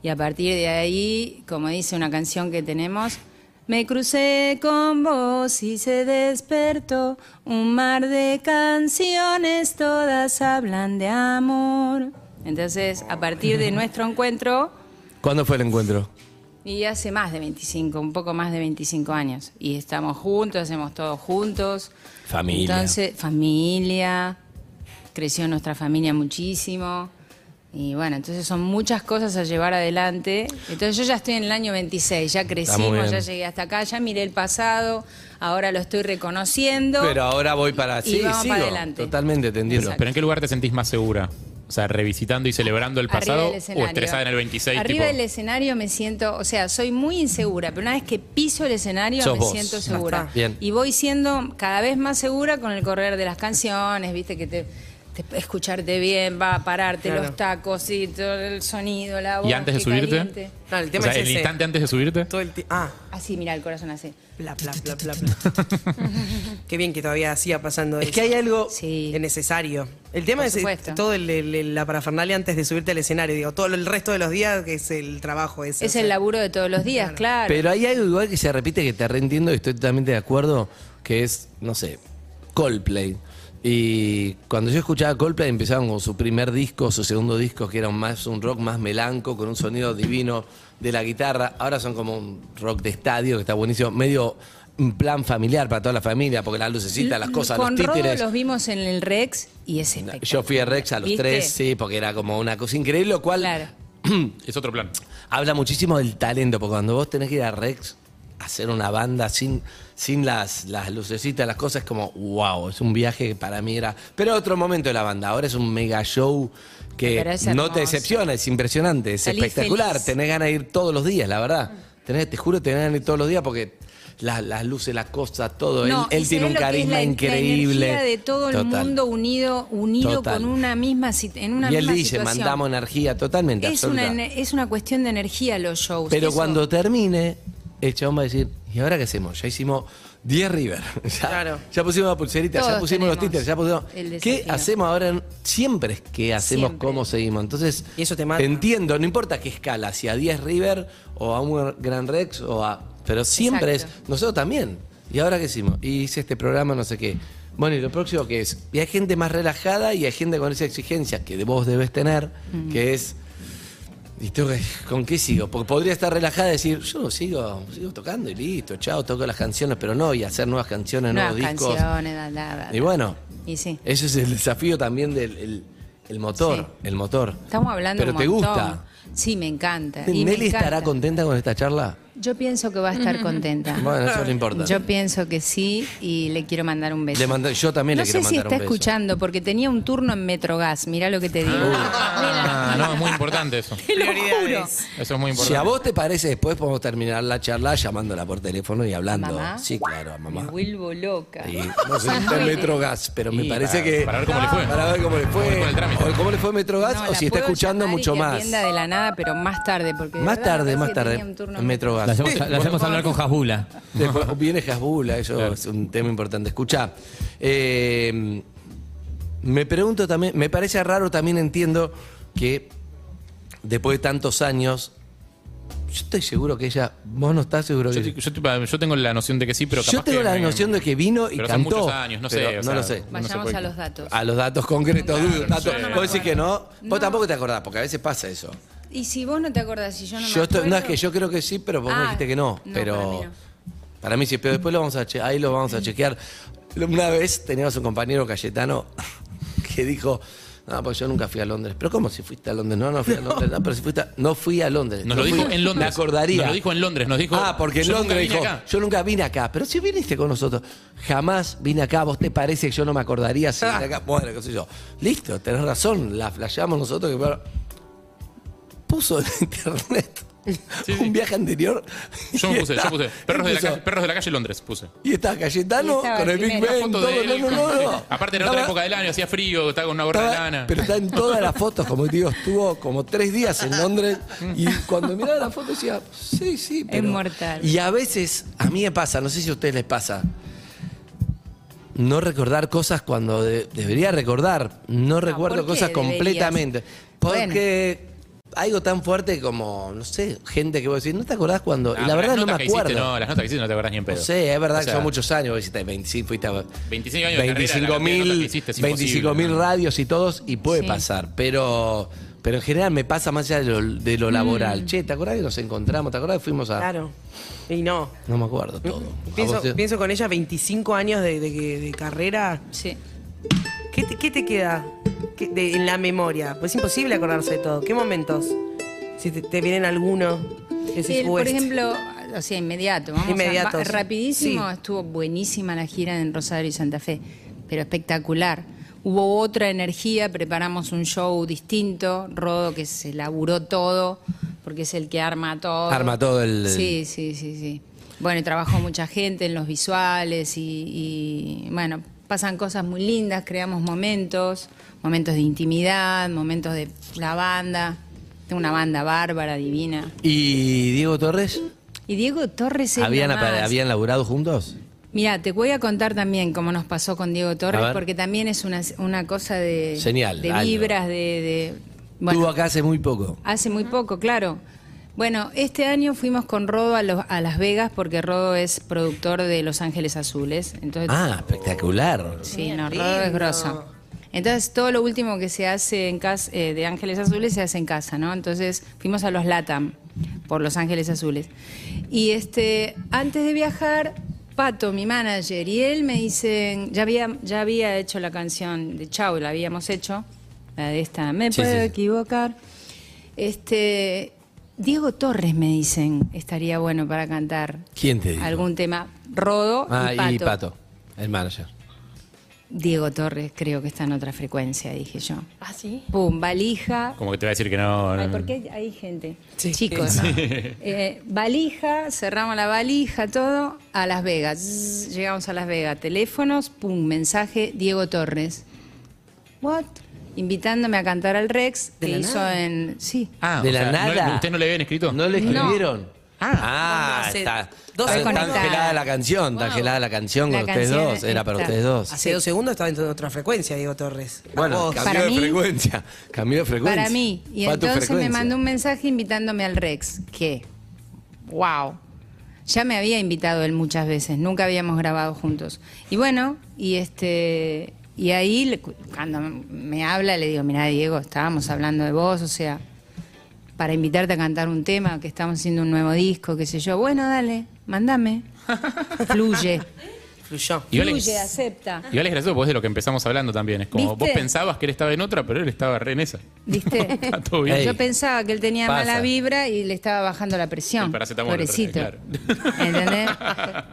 Speaker 4: Y a partir de ahí, como dice una canción que tenemos, me crucé con vos y se despertó un mar de canciones, todas hablan de amor. Entonces, a partir de nuestro encuentro,
Speaker 2: ¿Cuándo fue el encuentro?
Speaker 4: y hace más de 25, un poco más de 25 años. Y estamos juntos, hacemos todo juntos.
Speaker 2: Familia.
Speaker 4: Entonces, familia. Creció nuestra familia muchísimo. Y bueno, entonces son muchas cosas a llevar adelante. Entonces yo ya estoy en el año 26, ya
Speaker 2: muy bien.
Speaker 4: crecimos, ya llegué hasta acá, ya miré el pasado, ahora lo estoy reconociendo.
Speaker 2: Pero ahora voy para...
Speaker 4: Y
Speaker 2: Sí,
Speaker 4: vamos
Speaker 2: sigo.
Speaker 4: para adelante.
Speaker 2: Totalmente, te entiendo.
Speaker 4: Exacto.
Speaker 5: Pero ¿en qué lugar te sentís más segura? O sea, revisitando y celebrando el pasado o estresada en el 26.
Speaker 4: Arriba
Speaker 5: tipo,
Speaker 4: del escenario me siento, o sea, soy muy insegura, pero una vez que piso el escenario
Speaker 2: Sos
Speaker 4: me
Speaker 2: vos.
Speaker 4: siento
Speaker 2: Ya
Speaker 4: segura.
Speaker 2: está. Bien.
Speaker 4: Y voy siendo cada vez más segura con el correr de las canciones, viste que te, te- escucharte bien, va a pararte
Speaker 3: Claro.
Speaker 4: los tacos y todo el sonido, la voz.
Speaker 5: ¿Y antes de
Speaker 4: que
Speaker 5: subirte?
Speaker 4: caliente.
Speaker 3: No, el
Speaker 5: o
Speaker 3: tema
Speaker 5: sea,
Speaker 3: es
Speaker 5: el
Speaker 3: ese.
Speaker 5: instante antes de subirte.
Speaker 3: Todo el ti- ah,
Speaker 4: Así, mira el corazón así.
Speaker 3: bla, bla, bla, bla, bla. Qué bien que todavía siga pasando
Speaker 2: Es
Speaker 3: eso.
Speaker 2: que hay algo...
Speaker 4: Sí.
Speaker 3: Es necesario. El tema
Speaker 4: Por
Speaker 3: es
Speaker 4: supuesto.
Speaker 3: eh, todo el, el- el- la parafernalia antes de subirte al escenario. Digo, todo el resto de los días que es el trabajo ese.
Speaker 4: Es
Speaker 3: o
Speaker 4: el
Speaker 3: sea.
Speaker 4: laburo de todos los días, claro.
Speaker 2: Pero hay algo igual que se repite que te reentiendo y estoy totalmente de acuerdo, que es, no sé, Coldplay. Y cuando yo escuchaba Coldplay empezaban con su primer disco, su segundo disco, que era un más un rock más melanco, con un sonido divino de la guitarra. Ahora son como un rock de estadio, que está buenísimo, medio un plan familiar para toda la familia, porque las lucecitas, las cosas,
Speaker 4: Con
Speaker 2: los
Speaker 4: Rodo
Speaker 2: títeres.
Speaker 4: los vimos en el Rex y es espectacular.
Speaker 2: Yo fui a Rex a los
Speaker 4: ¿Viste?
Speaker 2: tres, sí, porque era como una cosa increíble, lo cual
Speaker 4: Claro.
Speaker 5: Es otro plan.
Speaker 2: habla muchísimo del talento, porque cuando vos tenés que ir a Rex a hacer una banda sin, sin las, las lucecitas, las cosas, es como, wow, es un viaje que para mí era... Pero otro momento de la banda, ahora es un mega show que
Speaker 4: Pero es
Speaker 2: no te
Speaker 4: hermoso.
Speaker 2: decepciona, es impresionante, es
Speaker 4: Salís
Speaker 2: espectacular,
Speaker 4: feliz.
Speaker 2: tenés ganas de ir todos los días, la verdad. Tenés, te juro, tenés ganas de ir todos los días porque... Las, las luces, las cosas, todo.
Speaker 4: No,
Speaker 2: él
Speaker 4: y
Speaker 2: él
Speaker 4: se
Speaker 2: tiene
Speaker 4: ve
Speaker 2: un
Speaker 4: lo que es
Speaker 2: carisma
Speaker 4: la-
Speaker 2: increíble.
Speaker 4: La energía de todo el
Speaker 2: Total.
Speaker 4: mundo unido, unido
Speaker 2: Total.
Speaker 4: con una misma, sit- en una
Speaker 2: y él
Speaker 4: misma
Speaker 2: dice,
Speaker 4: situación.
Speaker 2: mandamos energía totalmente.
Speaker 4: es una,
Speaker 2: absoluta.
Speaker 4: ener- es una cuestión de energía los shows.
Speaker 2: Pero
Speaker 4: eso.
Speaker 2: cuando termine, el chabón va a decir, ¿y ahora qué hacemos? Ya hicimos 10 River. Ya,
Speaker 3: Claro.
Speaker 2: ya pusimos la pulserita, ya
Speaker 4: Todos
Speaker 2: pusimos los
Speaker 4: tenemos
Speaker 2: títeres, ya pusimos.
Speaker 4: el desafío.
Speaker 2: ¿Qué hacemos ahora? en- Siempre es que hacemos
Speaker 4: Siempre.
Speaker 2: cómo seguimos. Entonces,
Speaker 3: Y eso te mata.
Speaker 2: entiendo, no importa qué escala, si a 10 River o a un Gran Rex o a. Pero siempre
Speaker 4: Exacto.
Speaker 2: es. Nosotros también. ¿Y ahora qué hicimos? Y hice este programa, no sé qué. Bueno, y lo próximo que es. Y hay gente más relajada y hay gente con esa exigencia que vos debes tener, que es. ¿Y tengo que- con qué sigo? Porque podría estar relajada y decir, yo sigo, sigo tocando y listo, chao, toco las canciones, pero no, y hacer nuevas canciones,
Speaker 4: Nuevas
Speaker 2: nuevos discos.
Speaker 4: canciones, da, da, da,
Speaker 2: Y bueno,
Speaker 4: Y sí.
Speaker 2: ese es el desafío también del el, el motor,
Speaker 4: Sí.
Speaker 2: el motor.
Speaker 4: Estamos hablando
Speaker 2: Pero
Speaker 4: un
Speaker 2: te
Speaker 4: montón.
Speaker 2: gusta.
Speaker 4: Sí, me encanta. y me
Speaker 2: ¿Nelly estará
Speaker 4: encanta.
Speaker 2: contenta con esta charla?
Speaker 4: Yo pienso que va a estar contenta.
Speaker 2: Bueno, eso le importa.
Speaker 4: Ah. Yo pienso que sí y le quiero mandar un beso.
Speaker 2: Le mando- yo también
Speaker 4: no
Speaker 2: le quiero
Speaker 4: sé si
Speaker 2: mandar
Speaker 4: está
Speaker 2: un beso.
Speaker 4: escuchando porque tenía un turno en Metrogas. Mirá lo que te digo.
Speaker 2: Uh.
Speaker 5: Ah, no, es muy importante eso.
Speaker 3: Prioridades.
Speaker 5: Eso es muy
Speaker 2: Si
Speaker 5: importante.
Speaker 2: a vos te parece, después podemos terminar la charla llamándola por teléfono y hablando.
Speaker 4: mamá?
Speaker 2: Sí, claro, a mamá.
Speaker 4: Me vuelvo loca.
Speaker 2: Y, no sé, está en Metrogas, pero me
Speaker 5: Y
Speaker 2: parece
Speaker 5: para-
Speaker 2: que.
Speaker 5: para ver cómo
Speaker 2: Para ver cómo le
Speaker 5: le fue. Cómo le fue
Speaker 2: fue.
Speaker 5: el trámite.
Speaker 2: o cómo le fue Metrogas,
Speaker 4: No,
Speaker 2: o
Speaker 4: la
Speaker 2: si está
Speaker 4: puedo
Speaker 2: escuchando
Speaker 4: llamar y
Speaker 2: mucho
Speaker 4: que
Speaker 2: más.
Speaker 4: atienda de la nada, pero más tarde. Porque de
Speaker 2: Más
Speaker 4: verdad
Speaker 2: tarde,
Speaker 4: parece
Speaker 2: más
Speaker 4: que
Speaker 2: tarde.
Speaker 4: tenía un turno
Speaker 2: en Metrogas.
Speaker 6: La hacemos, la hacemos hablar con Hasbula.
Speaker 2: Después viene Hasbula, eso es un tema importante. Escuchá, eh, me pregunto también, me parece raro, también entiendo que después de tantos años, yo estoy seguro que ella, vos no estás seguro
Speaker 5: Yo,
Speaker 2: que
Speaker 5: estoy- yo estoy- yo tengo la noción de que sí, pero capaz
Speaker 2: Yo tengo
Speaker 5: que
Speaker 2: la
Speaker 5: me-
Speaker 2: noción de que vino y
Speaker 5: pero hace
Speaker 2: cantó.
Speaker 5: muchos años, no sé,
Speaker 2: pero
Speaker 5: o
Speaker 2: no
Speaker 5: sea,
Speaker 2: lo sé.
Speaker 5: no se
Speaker 4: Vayamos
Speaker 5: puede-
Speaker 4: a los datos.
Speaker 2: A los datos concretos, duros,
Speaker 5: no
Speaker 2: datos.
Speaker 5: sé.
Speaker 2: Vos decís que no, vos tampoco te acordás, porque a veces pasa eso.
Speaker 4: Y si vos no te acordás, si yo no me
Speaker 2: Yo estoy-
Speaker 4: acuerdo...
Speaker 2: no es que yo creo que sí, pero vos me
Speaker 4: Ah,
Speaker 2: dijiste que no.
Speaker 4: no,
Speaker 2: pero
Speaker 4: para mí no.
Speaker 2: para mí sí, pero después lo vamos a che- ahí lo vamos a chequear. Una vez teníamos un compañero Cayetano que dijo, no, pues yo nunca fui a Londres. Pero ¿cómo si fuiste a Londres? No, no fui a Londres. No, pero si fuiste a- no fui a Londres.
Speaker 5: Nos lo
Speaker 2: No fui.
Speaker 5: dijo en Londres.
Speaker 2: Me acordaría.
Speaker 5: Nos lo dijo en Londres, nos dijo,
Speaker 2: Ah, porque en
Speaker 5: "Yo nunca
Speaker 2: Londres
Speaker 5: vine
Speaker 2: dijo,
Speaker 5: acá".
Speaker 2: yo nunca vine acá. Pero si viniste con nosotros, jamás vine acá. ¿Vos te parece que yo no me acordaría si vine acá? Bueno, qué sé yo. Listo, tenés razón. La flasheamos nosotros que puso en internet un viaje anterior.
Speaker 8: Yo
Speaker 2: Y
Speaker 8: puse,
Speaker 2: está-
Speaker 8: yo puse. Perros de, la
Speaker 2: puso-
Speaker 8: calle, perros de la calle Londres, puse.
Speaker 2: Y está Cayetano
Speaker 4: Y estaba
Speaker 2: con el Big
Speaker 4: primero.
Speaker 2: Ben.
Speaker 8: Foto
Speaker 2: todo,
Speaker 8: de él.
Speaker 2: no, no, no, no.
Speaker 8: Sí. Aparte era otra
Speaker 2: Estaba-
Speaker 8: época del año, hacía frío, estaba con una gorra de
Speaker 2: estaba-
Speaker 8: lana.
Speaker 2: Pero está en todas las fotos, como te digo, estuvo como tres días en Londres y cuando miraba la foto decía, sí, sí, pero...
Speaker 4: mortal.
Speaker 2: Y a veces, a mí me pasa, no sé si a ustedes les pasa, no recordar cosas cuando de- debería recordar, no recuerdo
Speaker 4: ¿por qué
Speaker 2: cosas
Speaker 4: deberías?
Speaker 2: completamente. Porque algo tan fuerte como, no sé, gente que vos decís, ¿no te acordás cuando?
Speaker 8: Ah,
Speaker 2: y la
Speaker 8: pero
Speaker 2: verdad
Speaker 8: las
Speaker 2: no me
Speaker 8: notas que hiciste,
Speaker 2: acuerdo.
Speaker 8: no, las notas que hiciste no te acordás ni en pedo.
Speaker 2: No sé, es verdad
Speaker 8: O
Speaker 2: que
Speaker 8: sea,
Speaker 2: son muchos años, vos hiciste 25, fuiste a
Speaker 8: 25 años de carrera, la
Speaker 2: 25
Speaker 8: cantidad de notas que
Speaker 2: mil
Speaker 8: hiciste es imposible,
Speaker 2: 25 mil
Speaker 8: ¿no?
Speaker 2: radios y todos, y puede
Speaker 4: Sí.
Speaker 2: pasar, pero pero en general me pasa más allá de lo, de lo laboral. Che, ¿te acordás que nos encontramos? ¿Te acordás que fuimos a...?
Speaker 3: Claro. Y no.
Speaker 2: No me acuerdo todo. ¿A
Speaker 3: Pienso,
Speaker 2: vos te-
Speaker 3: pienso con ella 25 años de, de que- de carrera.
Speaker 4: Sí.
Speaker 3: ¿Qué te, qué te queda ¿Qué- de- en la memoria? Pues es imposible acordarse de todo. ¿Qué momentos? Si te, te vienen alguno. que decís,
Speaker 4: El,
Speaker 3: "Uh,
Speaker 4: por
Speaker 3: este".
Speaker 4: ejemplo, o sea, inmediato, vamos a-
Speaker 3: Inmediato,
Speaker 4: va-
Speaker 3: sí.
Speaker 4: rapidísimo,
Speaker 3: Sí.
Speaker 4: estuvo buenísima la gira en Rosario y Santa Fe, pero espectacular. Hubo otra energía, preparamos un show distinto, Rodo que se laburó todo, porque es el que arma todo.
Speaker 2: Arma todo el-
Speaker 4: Sí, sí, sí, sí. Bueno, y trabajó mucha gente en los visuales y, y, bueno, pasan cosas muy lindas, creamos momentos, momentos de intimidad, momentos de la banda. Tengo una banda bárbara, divina.
Speaker 2: ¿Y Diego Torres?
Speaker 4: Y Diego Torres es
Speaker 2: ¿Habían,
Speaker 4: lo
Speaker 2: apa-
Speaker 4: más.
Speaker 2: ¿Habían laburado juntos?
Speaker 4: Mira, te voy a contar también cómo nos pasó con Diego
Speaker 2: A
Speaker 4: Torres,
Speaker 2: ver.
Speaker 4: porque también es una, una cosa de,
Speaker 2: Señal,
Speaker 4: de
Speaker 2: algo.
Speaker 4: vibras, de, de- bueno,
Speaker 2: Estuvo acá hace muy poco.
Speaker 4: hace muy poco, claro. Bueno, este año fuimos con Rodo a, los- a Las Vegas porque Rodo es productor de Los Ángeles Azules. Entonces,
Speaker 2: Ah, espectacular.
Speaker 4: Sí, no, Rodo es grosso. Entonces, todo lo último que se hace en casa, eh, de Ángeles Azules se hace en casa, ¿no? Entonces, fuimos a los LATAM por Los Ángeles Azules. Y este, antes de viajar, Pato, mi manager, y él me dicen, ya había, ya había hecho la canción de Chau, la habíamos hecho, la de esta, me
Speaker 2: Sí, sí,
Speaker 4: puedo
Speaker 2: sí.
Speaker 4: equivocar. Este, Diego Torres me dicen, estaría bueno para cantar.
Speaker 2: ¿Quién te dijo?
Speaker 4: Algún tema. Rodo
Speaker 2: Ah,
Speaker 4: y Pato.
Speaker 2: y Pato, el manager.
Speaker 4: Diego Torres creo que está en otra frecuencia, dije yo.
Speaker 7: Ah, sí.
Speaker 4: Pum, valija.
Speaker 5: Como que te va a decir que no.
Speaker 4: Ay,
Speaker 5: no-
Speaker 4: porque hay- hay gente.
Speaker 3: Sí.
Speaker 4: Chicos. Eh, valija, cerramos la valija, todo, a Las Vegas. Zzz, Llegamos a Las Vegas. Teléfonos, pum, mensaje, Diego Torres. What? Invitándome a cantar al Rex,
Speaker 3: De
Speaker 4: que
Speaker 3: la
Speaker 4: hizo
Speaker 3: nada.
Speaker 4: en. Sí.
Speaker 8: Ah,
Speaker 2: De
Speaker 8: o
Speaker 2: la
Speaker 8: sea, no-
Speaker 2: nada.
Speaker 8: ¿Usted no le habían escrito?
Speaker 2: ¿No le
Speaker 4: No.
Speaker 2: escribieron? Ah,
Speaker 3: Hace
Speaker 2: está,
Speaker 3: dos
Speaker 2: está,
Speaker 4: semanas.
Speaker 2: está angelada la canción, está angelada la canción
Speaker 4: La
Speaker 2: con ustedes
Speaker 4: canción
Speaker 2: dos, era para
Speaker 4: está.
Speaker 2: ustedes dos.
Speaker 3: Hace dos segundos estaba en otra frecuencia, Diego Torres. A
Speaker 2: Bueno,
Speaker 3: vos.
Speaker 2: cambió
Speaker 4: Para
Speaker 2: de
Speaker 4: mí-
Speaker 2: frecuencia, cambió de frecuencia.
Speaker 4: Para mí. Y
Speaker 2: Va tu
Speaker 4: entonces me
Speaker 2: frecuencia.
Speaker 4: mandó un mensaje invitándome al Rex, que, wow, ya me había invitado él muchas veces, nunca habíamos grabado juntos. Y bueno, y este y ahí le- cuando me habla le digo, mira Diego, estábamos hablando de vos, o sea, para invitarte a cantar un tema, que estamos haciendo un nuevo disco, qué sé yo. Bueno, dale, mándame. Fluye,
Speaker 3: Fluyó.
Speaker 8: Igual es-
Speaker 4: fluye, acepta.
Speaker 8: Igual es gracioso porque es de lo que empezamos hablando también. Es como vos
Speaker 4: ¿Viste?
Speaker 8: pensabas que él estaba en otra, pero él estaba re en esa.
Speaker 4: ¿Viste?
Speaker 8: Está todo bien.
Speaker 2: Ey,
Speaker 4: Yo pensaba que él tenía
Speaker 2: pasa.
Speaker 4: mala vibra y le estaba bajando la presión.
Speaker 8: El paracetamol,
Speaker 4: Pobrecito.
Speaker 8: claro.
Speaker 4: ¿Entendés?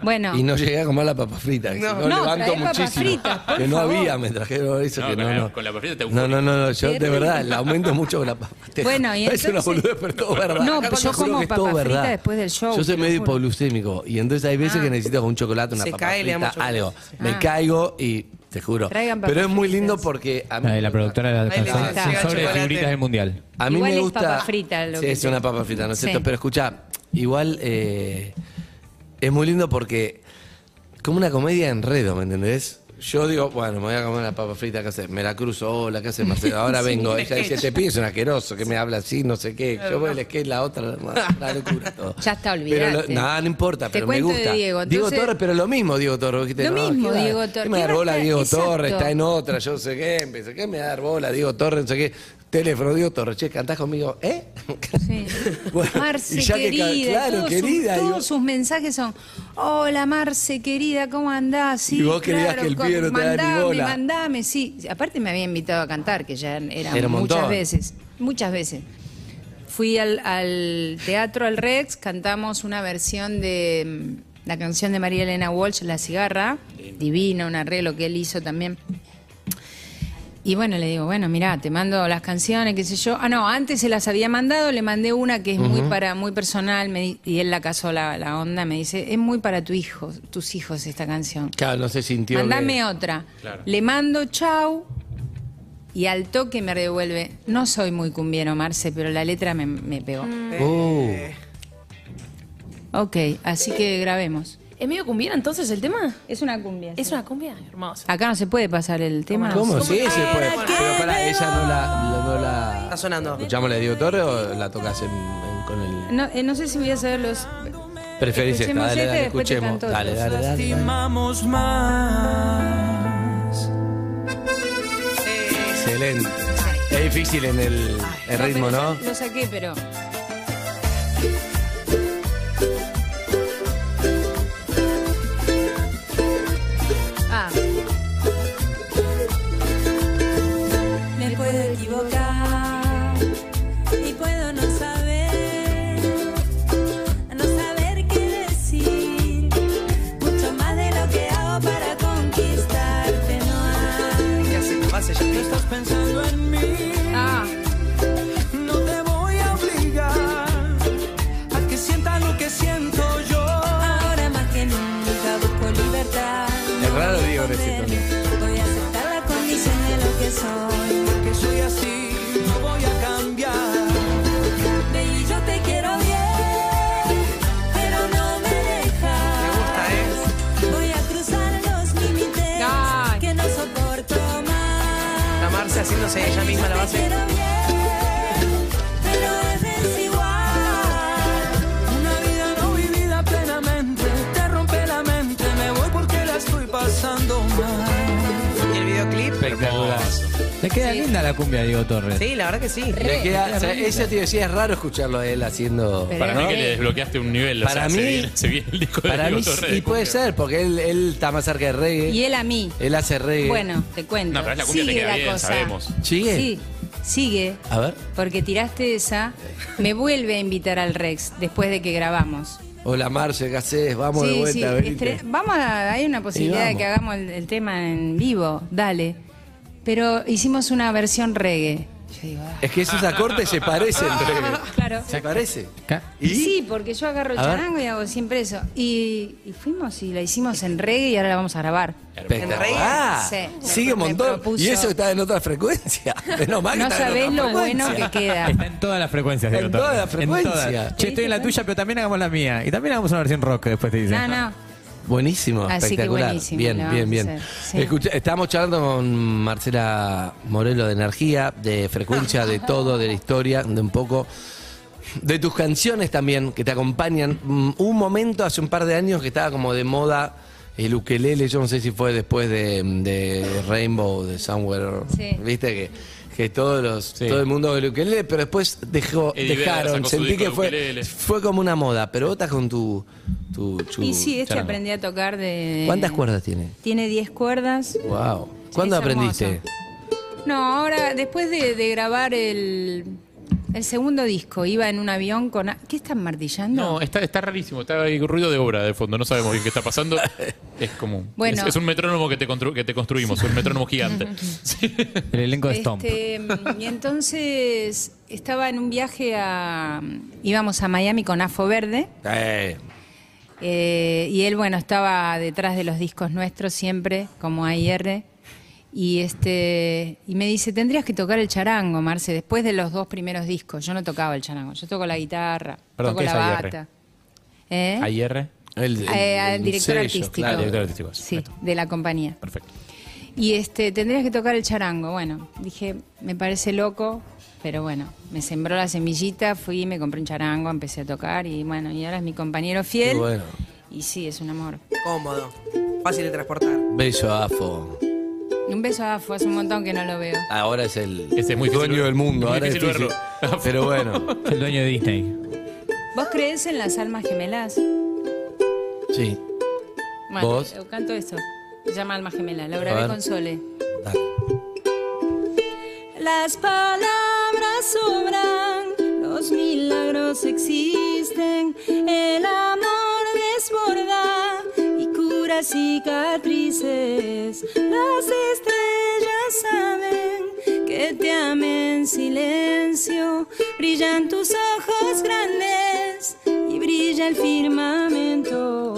Speaker 4: Bueno,
Speaker 2: Y no llegué a comer la papa frita, que si no,
Speaker 4: No,
Speaker 2: le
Speaker 4: trae
Speaker 2: banco
Speaker 4: papas
Speaker 2: muchísimo.
Speaker 4: fritas, por
Speaker 2: que no
Speaker 4: favor.
Speaker 2: había, me trajeron eso
Speaker 8: No,
Speaker 2: que
Speaker 8: con
Speaker 2: no,
Speaker 8: la-
Speaker 2: no.
Speaker 8: con la papa frita te
Speaker 2: No, no, no, no, yo de
Speaker 4: Terrible.
Speaker 2: verdad, la aumento mucho con la papa frita.
Speaker 4: Bueno, y
Speaker 2: Es una
Speaker 4: entonces-
Speaker 2: boludez, pero todo verdad.
Speaker 4: No,
Speaker 2: Acá
Speaker 4: pero yo
Speaker 2: te juro
Speaker 4: como
Speaker 2: que es todo
Speaker 4: papa frita
Speaker 2: verdad.
Speaker 4: después del show,
Speaker 2: Yo soy
Speaker 4: te lo
Speaker 2: medio
Speaker 4: juro.
Speaker 2: hipoglucémico y entonces hay veces que necesitas un chocolate, una
Speaker 3: Se
Speaker 2: papa
Speaker 3: cae, le da
Speaker 2: frita,
Speaker 3: mucho
Speaker 2: algo.
Speaker 3: chocolate.
Speaker 2: Me
Speaker 4: Ah.
Speaker 2: caigo y te juro.
Speaker 4: Traigan
Speaker 2: Pero es
Speaker 4: papas
Speaker 2: muy lindo
Speaker 4: fritas.
Speaker 2: porque a mí
Speaker 6: La de la productora de la
Speaker 3: Ahí le
Speaker 6: canción,
Speaker 4: está.
Speaker 6: un sobre de
Speaker 3: Chocolate.
Speaker 6: figuritas del mundial.
Speaker 2: A mí
Speaker 4: Igual
Speaker 2: me
Speaker 4: es
Speaker 2: gusta.
Speaker 4: papa frita lo
Speaker 2: sí,
Speaker 4: que
Speaker 2: es
Speaker 4: te-
Speaker 2: una papa frita, ¿no es cierto?
Speaker 4: Sí.
Speaker 2: Pero escucha, igual eh, es muy lindo porque. Como una comedia de enredo, ¿me entendés? Yo digo, bueno, me voy a comer la papa frita, ¿qué haces? Me la cruzo, hola, ¿qué haces, Marcelo? Ahora vengo. Ella dice, te pides un asqueroso, que me habla así, no sé qué. Yo voy al skate, la otra, la, la locura. Todo.
Speaker 4: Ya está,
Speaker 2: Pero lo-
Speaker 4: olvidate.
Speaker 2: No, no importa,
Speaker 4: Te
Speaker 2: pero me
Speaker 4: cuento de
Speaker 2: gusta.
Speaker 4: Diego, entonces-
Speaker 2: Torres, pero lo mismo Diego Torres. dijiste,
Speaker 4: Lo
Speaker 2: no,
Speaker 4: mismo,
Speaker 2: ¿qué va?
Speaker 4: Diego
Speaker 2: ¿Qué
Speaker 4: Torres?
Speaker 2: Me
Speaker 4: ¿Qué
Speaker 2: da
Speaker 4: va a
Speaker 2: bola
Speaker 4: estar?
Speaker 2: Diego
Speaker 4: Exacto.
Speaker 2: Torres, está en otra, yo sé qué, empecé, ¿qué me da bola Diego Torres, no sé qué? Teléfono, Diego Torres, che, cantás conmigo, ¿eh?
Speaker 4: sí.
Speaker 2: Bueno,
Speaker 4: Marce,
Speaker 2: y ya que ca-
Speaker 4: querida. y
Speaker 2: claro,
Speaker 4: todos
Speaker 2: querida, y
Speaker 4: Sus, todos
Speaker 2: vos-
Speaker 4: sus mensajes son: Hola, Marce, querida, ¿cómo andás? Sí,
Speaker 2: Y vos creías
Speaker 4: claro,
Speaker 2: que el
Speaker 4: co-
Speaker 2: pibe no te da ni
Speaker 4: mandame,
Speaker 2: bola.
Speaker 4: Mandame, sí. Aparte, me había invitado a cantar, que ya eran
Speaker 2: Era un montón.
Speaker 4: muchas veces. Muchas veces. Fui al, al teatro, al Rex, cantamos una versión de mm, la canción de María Elena Walsh, La cigarra. Divino, un arreglo que él hizo también. Y bueno, le digo, bueno, mirá, te mando las canciones, qué sé yo. Ah, no, antes se las había mandado, le mandé una que es muy para muy personal me di- y él la casó la, la onda, me dice, es muy para tu hijo, tus hijos esta canción.
Speaker 2: Claro, no se sintió. que-
Speaker 4: Mandame otra.
Speaker 8: Claro.
Speaker 4: Le mando chau y al toque me devuelve, no soy muy cumbiero, Marce, pero la letra me, me pegó. Eh.
Speaker 2: Uh,
Speaker 4: Ok, así que grabemos.
Speaker 7: ¿Es medio cumbiera entonces el tema?
Speaker 4: Es una cumbia.
Speaker 7: Es una cumbia hermosa.
Speaker 4: Acá no se puede pasar el tema.
Speaker 2: ¿Cómo? Sí, se puede. Pero pará, ella no la. No la...
Speaker 3: Está sonando.
Speaker 2: ¿Escuchamos la de Diego Torre o la tocas en- en- con el.?
Speaker 4: No, eh, no sé si voy a saber los...
Speaker 2: Preferís esta,
Speaker 4: Escuchemos
Speaker 2: dale,
Speaker 4: esta y
Speaker 2: dale,
Speaker 4: después te
Speaker 2: escuchemos.
Speaker 4: canto
Speaker 2: Dale,
Speaker 4: otra.
Speaker 2: dale, dale. dale. Excelente. Es difícil en el, el ritmo, ¿no?
Speaker 4: Lo saqué, pero... Ah.
Speaker 9: Me puedo equivocar y puedo no saber, no saber qué decir. Mucho más de lo que hago para conquistarte, no hay.
Speaker 3: ¿Qué hace? ¿Cómo hace? Ya está.
Speaker 9: Pensando en mí,
Speaker 4: Ah,
Speaker 9: no te voy a obligar a que sientas lo que siento yo. Ahora más que nunca busco libertad.
Speaker 2: Es
Speaker 9: no
Speaker 2: raro,
Speaker 9: voy a
Speaker 2: Diego, en ese
Speaker 9: esconderme. Voy a aceptar la condición de lo que soy.
Speaker 10: que soy así, no voy a cambiar.
Speaker 9: Baby, yo te quiero bien, pero no me dejas.
Speaker 3: Me gusta, ¿eh?
Speaker 9: Voy a cruzar los límites
Speaker 4: Ay.
Speaker 9: que no soporto más.
Speaker 3: La Marce haciéndose ella misma la
Speaker 9: Te
Speaker 3: base.
Speaker 9: quiero bien, pero es desigual.
Speaker 10: Una vida no vivida plenamente, te rompe la mente, me voy porque la estoy pasando mal.
Speaker 3: ¿Y el videoclip?
Speaker 2: Espectacular.
Speaker 6: Te queda linda la cumbia, Diego Torres.
Speaker 3: Sí, la verdad que sí.
Speaker 2: Le queda- o sea, eso te decía, es raro escucharlo a él haciendo.
Speaker 4: Pero-
Speaker 8: Para mí que le desbloqueaste un nivel. o
Speaker 2: Para
Speaker 8: sea, se
Speaker 2: mí-
Speaker 8: viene, se viene el disco de
Speaker 2: Para
Speaker 8: Diego
Speaker 2: mí,
Speaker 8: Torre
Speaker 2: y
Speaker 8: de
Speaker 2: puede
Speaker 8: cumbia.
Speaker 2: ser, porque él, él está más cerca de reggae.
Speaker 4: y él a mí.
Speaker 2: Él hace reggae.
Speaker 4: Bueno, te cuento.
Speaker 8: No, pero es la cumbia
Speaker 4: sigue
Speaker 8: te queda
Speaker 4: la
Speaker 8: bien,
Speaker 4: cosa.
Speaker 8: sabemos.
Speaker 2: Eh, ¿Sigue?
Speaker 4: Sí, sigue.
Speaker 2: A ver.
Speaker 4: Porque tiraste esa, me vuelve a invitar al Rex después de que grabamos.
Speaker 2: Hola Marce, ¿qué haces? Vamos de
Speaker 4: sí,
Speaker 2: vuelta,
Speaker 4: sí,
Speaker 2: venite.
Speaker 4: estre- Vamos a, hay una posibilidad de
Speaker 2: vamos.
Speaker 4: que hagamos el, el tema en vivo, dale. Pero hicimos una versión reggae. Yo digo, ah,
Speaker 2: Es que esos acordes se parecen, reggae.
Speaker 4: claro.
Speaker 2: Se parece.
Speaker 6: Ca-
Speaker 2: ¿Y?
Speaker 4: Sí, porque yo agarro el
Speaker 2: A ver.
Speaker 4: charango y hago siempre eso. Y, y fuimos y la hicimos en reggae y ahora la vamos a grabar.
Speaker 2: Espectacular.
Speaker 4: Sí, me-
Speaker 2: Sigue un
Speaker 4: me
Speaker 2: montón.
Speaker 4: propuso-
Speaker 2: Y eso está en otra frecuencia. Menos mal Ah, que
Speaker 4: No
Speaker 2: está en
Speaker 4: sabés
Speaker 2: otra
Speaker 4: lo bueno
Speaker 2: frecuencia.
Speaker 4: que queda.
Speaker 6: Está en todas las frecuencias, Diego
Speaker 2: En
Speaker 6: Torres.
Speaker 2: todas las frecuencias.
Speaker 6: todas.
Speaker 4: ¿Te
Speaker 6: Che, estoy en la
Speaker 4: diste
Speaker 6: tuya, pero también hagamos la mía. Y también hagamos una versión rock, después te dicen.
Speaker 4: No, no.
Speaker 2: Buenísimo,
Speaker 4: Así que
Speaker 2: espectacular.
Speaker 4: buenísimo, lo
Speaker 2: bien,
Speaker 4: vamos
Speaker 2: bien,
Speaker 4: a
Speaker 2: bien.
Speaker 4: hacer, sí.
Speaker 2: Escucha- estamos charlando con Marcela Morelo de Energía, de frecuencia, de todo, de la historia, de un poco. De tus canciones también, que te acompañan. Mm, Un momento hace un par de años que estaba como de moda el ukelele, yo no sé si fue después de, de Rainbow, de Somewhere,
Speaker 4: Sí.
Speaker 2: viste que, que todos los,
Speaker 8: Sí.
Speaker 2: todo el mundo del ukelele, pero después dejó,
Speaker 8: Eddie Vedder
Speaker 2: dejaron,
Speaker 8: sacó su
Speaker 2: sentí
Speaker 8: disco
Speaker 2: que
Speaker 8: de
Speaker 2: fue,
Speaker 8: ukelele.
Speaker 2: fue como una moda, pero vos estás con tu... tu, chu-
Speaker 4: Y sí, este
Speaker 2: charango.
Speaker 4: aprendí a tocar de...
Speaker 2: ¿Cuántas cuerdas tiene?
Speaker 4: Tiene 10 cuerdas.
Speaker 2: Wow. ¿Cuándo
Speaker 4: es
Speaker 2: aprendiste?
Speaker 4: No, ahora, después de, de grabar el, el segundo disco, iba en un avión con... a- ¿Qué están martillando?
Speaker 8: No, está, está rarísimo. Está ahí ruido de obra de fondo. No sabemos bien qué está pasando. Es como.
Speaker 4: Bueno.
Speaker 8: es, es un metrónomo que te, constru- que te construimos, un metrónomo gigante. Sí.
Speaker 6: El elenco de Stomp.
Speaker 4: Este, mm, y entonces estaba en un viaje a... Íbamos a Miami con Afo Verde.
Speaker 2: Eh,
Speaker 4: eh, y él, bueno, estaba detrás de los discos nuestros siempre, como AIR. Y, este, y me dice, tendrías que tocar el charango, Marce, después de los dos primeros discos. Yo no tocaba el charango, yo toco la guitarra,
Speaker 5: Perdón,
Speaker 4: toco
Speaker 5: ¿qué
Speaker 4: la
Speaker 5: es AIR?
Speaker 4: bata. ¿Eh?
Speaker 5: Ayer.
Speaker 2: el, el-
Speaker 4: Eh, al
Speaker 2: el
Speaker 4: director
Speaker 2: sello,
Speaker 4: artístico.
Speaker 2: claro.
Speaker 5: Director artístico. es.
Speaker 4: Sí, de la compañía.
Speaker 8: Perfecto.
Speaker 4: Y este, tendrías que tocar el charango. Bueno, dije, me parece loco, pero bueno, me sembró la semillita, fui, me compré un charango, empecé a tocar y bueno, y ahora es mi compañero
Speaker 2: Qué
Speaker 4: fiel.
Speaker 2: bueno.
Speaker 4: Y sí, es un amor.
Speaker 3: Cómodo. Fácil de transportar.
Speaker 2: Bello afo.
Speaker 4: Un beso a Afo, hace un montón que no lo veo.
Speaker 2: Ahora es el
Speaker 8: Ese es muy difícil
Speaker 2: dueño
Speaker 8: ver-
Speaker 2: del mundo.
Speaker 8: muy
Speaker 2: Ahora es
Speaker 8: difícil
Speaker 2: difícil.
Speaker 8: verlo.
Speaker 2: Pero bueno,
Speaker 6: Es El dueño de Disney.
Speaker 4: ¿Vos creés en las almas gemelas?
Speaker 2: sí.
Speaker 4: Bueno,
Speaker 2: ¿Vos?
Speaker 4: eh, canto esto. Se llama Alma Gemela, lo
Speaker 2: A
Speaker 4: grabé
Speaker 2: ver.
Speaker 4: con Sole.
Speaker 2: Dale.
Speaker 9: Las palabras sobran, los milagros existen, el amor desborda y cura cicatrices. Las estrellas saben
Speaker 4: brillan tus ojos grandes y brilla el firmamento.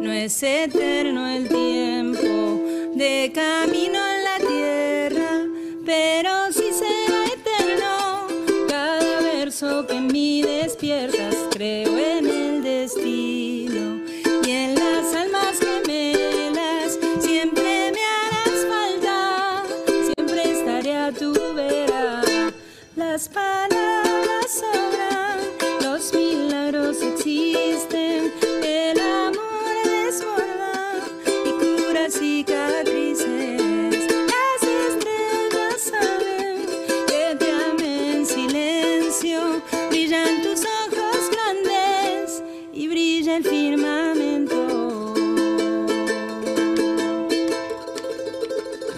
Speaker 4: No es eterno el tiempo de camino en la tierra, pero sí será eterno cada verso que en mí despiertas. Creo en el destino y en las almas gemelas. Siempre me harás falta, siempre estaré a tu vera. Las palabras sobran, los milagros existen, el amor desborda y cura cicatrices. Las estrellas saben que te amé en silencio, brillan tus ojos grandes y brilla el firmamento.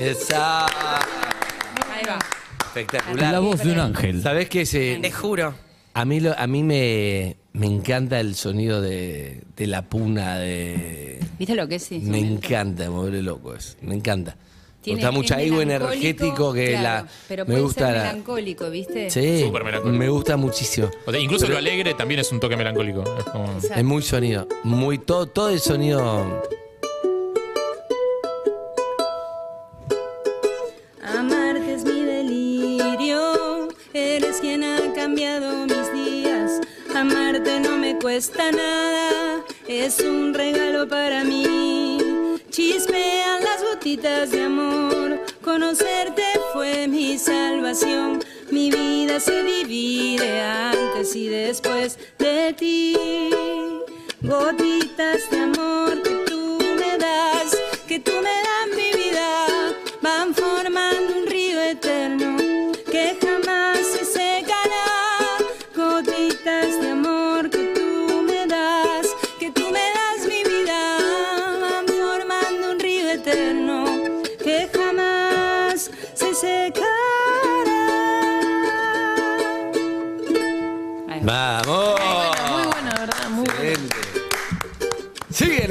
Speaker 2: Esa.
Speaker 11: Ahí va.
Speaker 2: Espectacular.
Speaker 6: La voz de un ángel.
Speaker 2: ¿Sabés qué se.?
Speaker 3: Te juro.
Speaker 2: A mí, lo- a mí me, me encanta el sonido de, de la puna. De,
Speaker 11: ¿Viste lo que es? Sí.
Speaker 2: me encanta, me vuelve loco. Es, me encanta. Me
Speaker 11: Tiene-
Speaker 2: gusta mucho.
Speaker 11: es
Speaker 2: Hay algo
Speaker 11: melancólico,
Speaker 2: energético que es
Speaker 11: claro,
Speaker 2: la.
Speaker 11: Pero
Speaker 2: me
Speaker 11: puede
Speaker 2: gusta
Speaker 11: ser
Speaker 2: la-
Speaker 11: melancólico, ¿viste?
Speaker 2: Sí,
Speaker 5: Súper melancólico.
Speaker 2: me gusta muchísimo.
Speaker 5: O sea, incluso
Speaker 2: Pero-
Speaker 5: lo alegre también es un toque melancólico. Es como-
Speaker 11: Exacto.
Speaker 2: Es muy sonido. Muy todo, todo el sonido.
Speaker 4: Amarte es mi delirio, eres quien ha cambiado mis días. Amarte no me cuesta nada, es un regalo para mí. Chispean las gotitas de amor, conocerte fue mi salvación. Mi vida se divide antes y después de ti. Gotitas de amor que tú me das, que tú me das mi vida, van formando un río eterno que jamás se secará. Gotitas de amor que tú me das, que tú me das mi vida, van formando un río eterno que jamás se secará.
Speaker 11: Ahí va.
Speaker 2: ¡Vamos!
Speaker 7: Muy bueno, de verdad, muy bueno.
Speaker 2: Excelente. Sigue el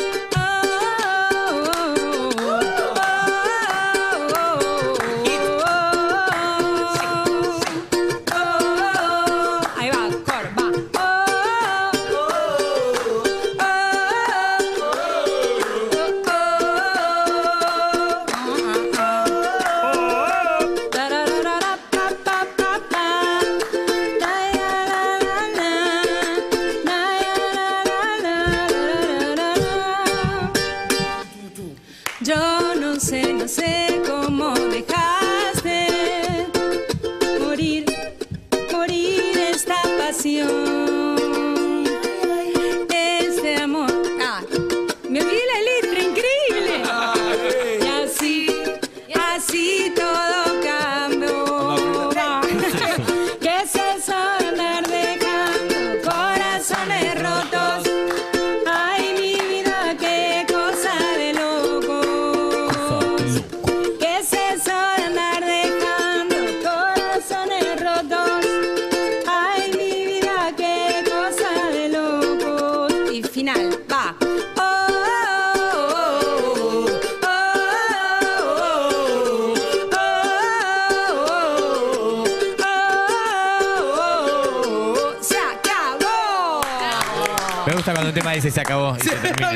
Speaker 4: Ahí va, Yo no sé, no sé cómo dejaste morir, morir esta pasión. Este amor, ah, me olvidé la letra, increíble. Y así, así todo cambió. ¿Qué es eso de andar dejando corazones rotos? Ay, mi vida, qué cosa de locos. ¿Qué es eso de andar dejando corazones rotos? Ay, mi vida, qué cosa de locos. Y final, va. Oh, oh, oh, oh, oh, oh, oh, oh, oh, oh. Se acabó.
Speaker 6: Me gusta cuando un tema dice se acabó. Y se termina.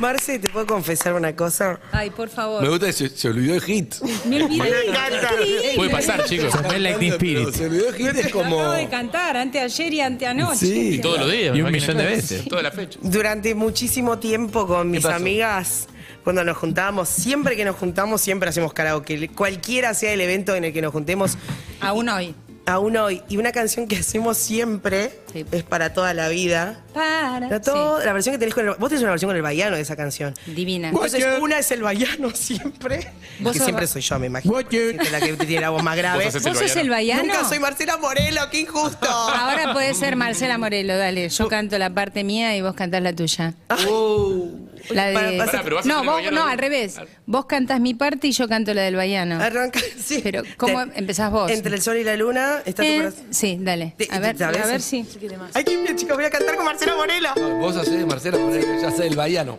Speaker 3: Marce, ¿te puedo confesar una cosa?
Speaker 11: Ay, por favor.
Speaker 2: Me gusta que se, se olvidó el hit.
Speaker 11: Me olvidé. Increíble.
Speaker 5: Puede pasar, chicos.
Speaker 6: Smell like teen spirit.
Speaker 2: Pero Se olvidó el hit, es como.
Speaker 11: Acabo de cantar anteayer y anteanoche.
Speaker 2: Sí.
Speaker 5: Todos los días.
Speaker 6: Y un
Speaker 5: me
Speaker 6: millón de
Speaker 5: imagino.
Speaker 6: veces.
Speaker 5: Toda la fecha.
Speaker 3: Durante muchísimo tiempo con mis
Speaker 2: pasó?
Speaker 3: amigas, cuando nos juntábamos, siempre que nos juntamos, siempre hacemos karaoke. Cualquiera sea el evento en el que nos juntemos,
Speaker 11: Aún hoy.
Speaker 3: aún hoy. Y una canción que hacemos siempre
Speaker 11: Sí.
Speaker 3: es para toda la vida.
Speaker 11: Para.
Speaker 3: Para todo- La versión que tenés con el. Vos tenés una versión con el baiano de esa canción.
Speaker 11: Sí. Divina.
Speaker 3: Entonces, una es el baiano siempre.
Speaker 11: Vos
Speaker 3: Que
Speaker 11: sos-
Speaker 3: siempre soy yo, me imagino.
Speaker 6: What you-
Speaker 3: porque es La que tiene la voz más grave.
Speaker 5: Vos sos
Speaker 11: ¿Vos sos el baiano?
Speaker 3: Nunca soy Marcela Morelo, qué injusto.
Speaker 11: Ahora puede ser Marcela Morelo, dale. Yo canto la parte mía y vos cantás la tuya.
Speaker 5: Oh.
Speaker 11: La de-
Speaker 3: Para- para-
Speaker 5: Pará, pero vas a
Speaker 11: no,
Speaker 5: hacer el
Speaker 11: vos,
Speaker 5: baiano
Speaker 11: no,
Speaker 5: vos.
Speaker 11: al revés. Vos cantás mi parte y yo canto la del baiano.
Speaker 3: Arranca, sí.
Speaker 11: Pero, ¿cómo
Speaker 3: Te-
Speaker 11: empezás vos?
Speaker 3: Entre el sol y la luna está tu
Speaker 11: Eh,
Speaker 3: corazón.
Speaker 11: sí, dale.
Speaker 3: Te-
Speaker 11: A ver,
Speaker 3: te- a
Speaker 11: a ver
Speaker 3: veces-
Speaker 11: si.
Speaker 3: Ay, qué bien, chicos, voy a cantar con Marcelo Morelo.
Speaker 2: Vos hacés de Marcela, Moreno, ya sé el baiano.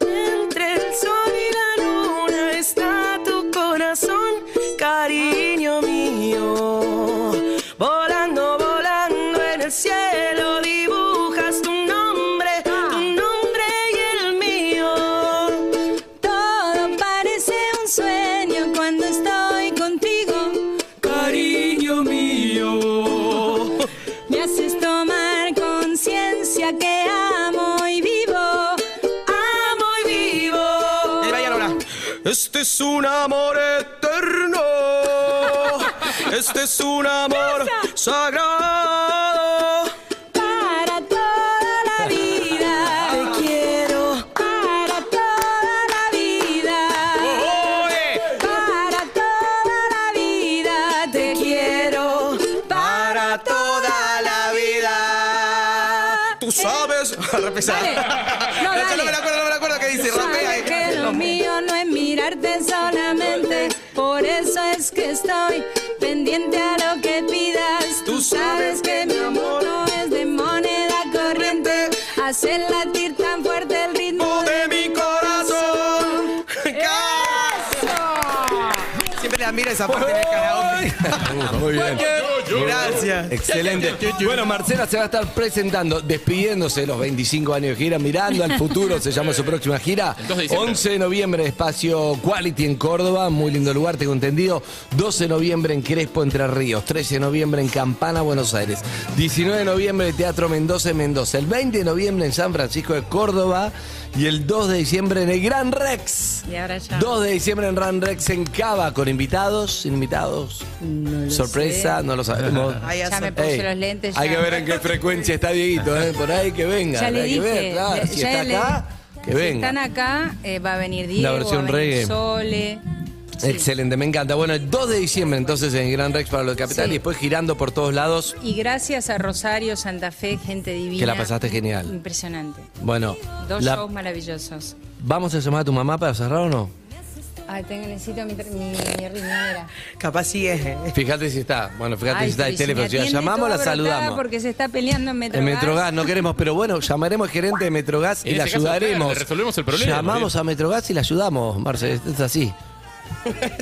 Speaker 3: Entre
Speaker 11: Ah.
Speaker 12: Rusia que amo y vivo, amo y vivo.
Speaker 9: Este es un amor eterno. Este es un amor sagrado.
Speaker 12: Para toda la vida te quiero. Para toda la vida. Para toda la vida te quiero.
Speaker 9: Para toda la vida. Tú sabes. Repesa.
Speaker 12: No,
Speaker 9: No,
Speaker 12: dale.
Speaker 9: no me la acuerdo, no me la acuerdo que dice. Rapea.
Speaker 12: Sabes que lo mío no es mirarte solamente, por eso es que estoy pendiente a lo que pidas. Tú sabes que mi amor no es de moneda corriente, hace latir tan fuerte el ritmo de mi
Speaker 9: corazón.
Speaker 13: Siempre la mira esa parte del karaoke.
Speaker 2: Muy bien.
Speaker 13: Gracias.
Speaker 2: Excelente. Bueno, Marcela se va a estar presentando, despidiéndose de los 25 años de gira, mirando al futuro, se llama su próxima gira.
Speaker 8: El 2 de diciembre.
Speaker 2: 11 de noviembre, espacio Quality en Córdoba, muy lindo lugar, tengo entendido. 12 de noviembre en Crespo, Entre Ríos. 13 de noviembre en Campana, Buenos Aires. 19 de noviembre, Teatro Mendoza en Mendoza. El 20 de noviembre en San Francisco de Córdoba. Y el 2 de diciembre en el Gran Rex.
Speaker 4: Y ahora ya.
Speaker 2: 2 de diciembre en Gran Rex en Cava, con invitados, sin invitados. Sorpresa,
Speaker 4: sé.
Speaker 2: no lo sabemos.
Speaker 4: Ay, Ya me puse
Speaker 2: Ey,
Speaker 4: los lentes,
Speaker 2: Hay
Speaker 4: ya.
Speaker 2: que ver en qué frecuencia está Dieguito, ¿eh? por ahí que venga.
Speaker 4: Ya le
Speaker 2: hay que
Speaker 4: dije,
Speaker 2: ver, claro,
Speaker 4: le-
Speaker 2: si
Speaker 4: ya
Speaker 2: está
Speaker 4: le-
Speaker 2: acá, que
Speaker 4: si
Speaker 2: venga.
Speaker 4: están acá, eh, va a venir Diego,
Speaker 2: versión
Speaker 4: va a venir
Speaker 2: reggae.
Speaker 4: Sole.
Speaker 2: Excelente, me encanta. Bueno, el 2 de diciembre entonces en Gran Rex para lo de Capital
Speaker 4: Sí.
Speaker 2: y después girando por todos lados,
Speaker 4: Y gracias a Rosario, Santa Fe, gente divina.
Speaker 2: que la pasaste genial.
Speaker 4: Impresionante.
Speaker 2: Bueno,
Speaker 4: Dos
Speaker 2: la-
Speaker 4: shows maravillosos.
Speaker 2: ¿vamos a llamar a tu mamá para cerrar o no?
Speaker 4: Ay, tengo, necesito mi, tr- mi, mi riñonera.
Speaker 13: Capaz sí es.
Speaker 3: eh.
Speaker 2: Fíjate si está. Bueno, fíjate
Speaker 4: Ay,
Speaker 2: si está el
Speaker 4: pero si me
Speaker 2: teléfono. Si la
Speaker 4: atiende
Speaker 2: llamamos, la
Speaker 4: toda brotada
Speaker 2: saludamos.
Speaker 4: Porque se está peleando en
Speaker 2: En
Speaker 4: Metrogas.
Speaker 2: Metrogas no queremos, pero bueno, llamaremos al gerente de Metrogas y
Speaker 8: En
Speaker 2: le
Speaker 8: ese caso, claro,
Speaker 2: ayudaremos.
Speaker 8: le resolvemos el problema,
Speaker 2: Llamamos
Speaker 8: Mariel.
Speaker 2: a Metrogas y le ayudamos, Marce, esto es así.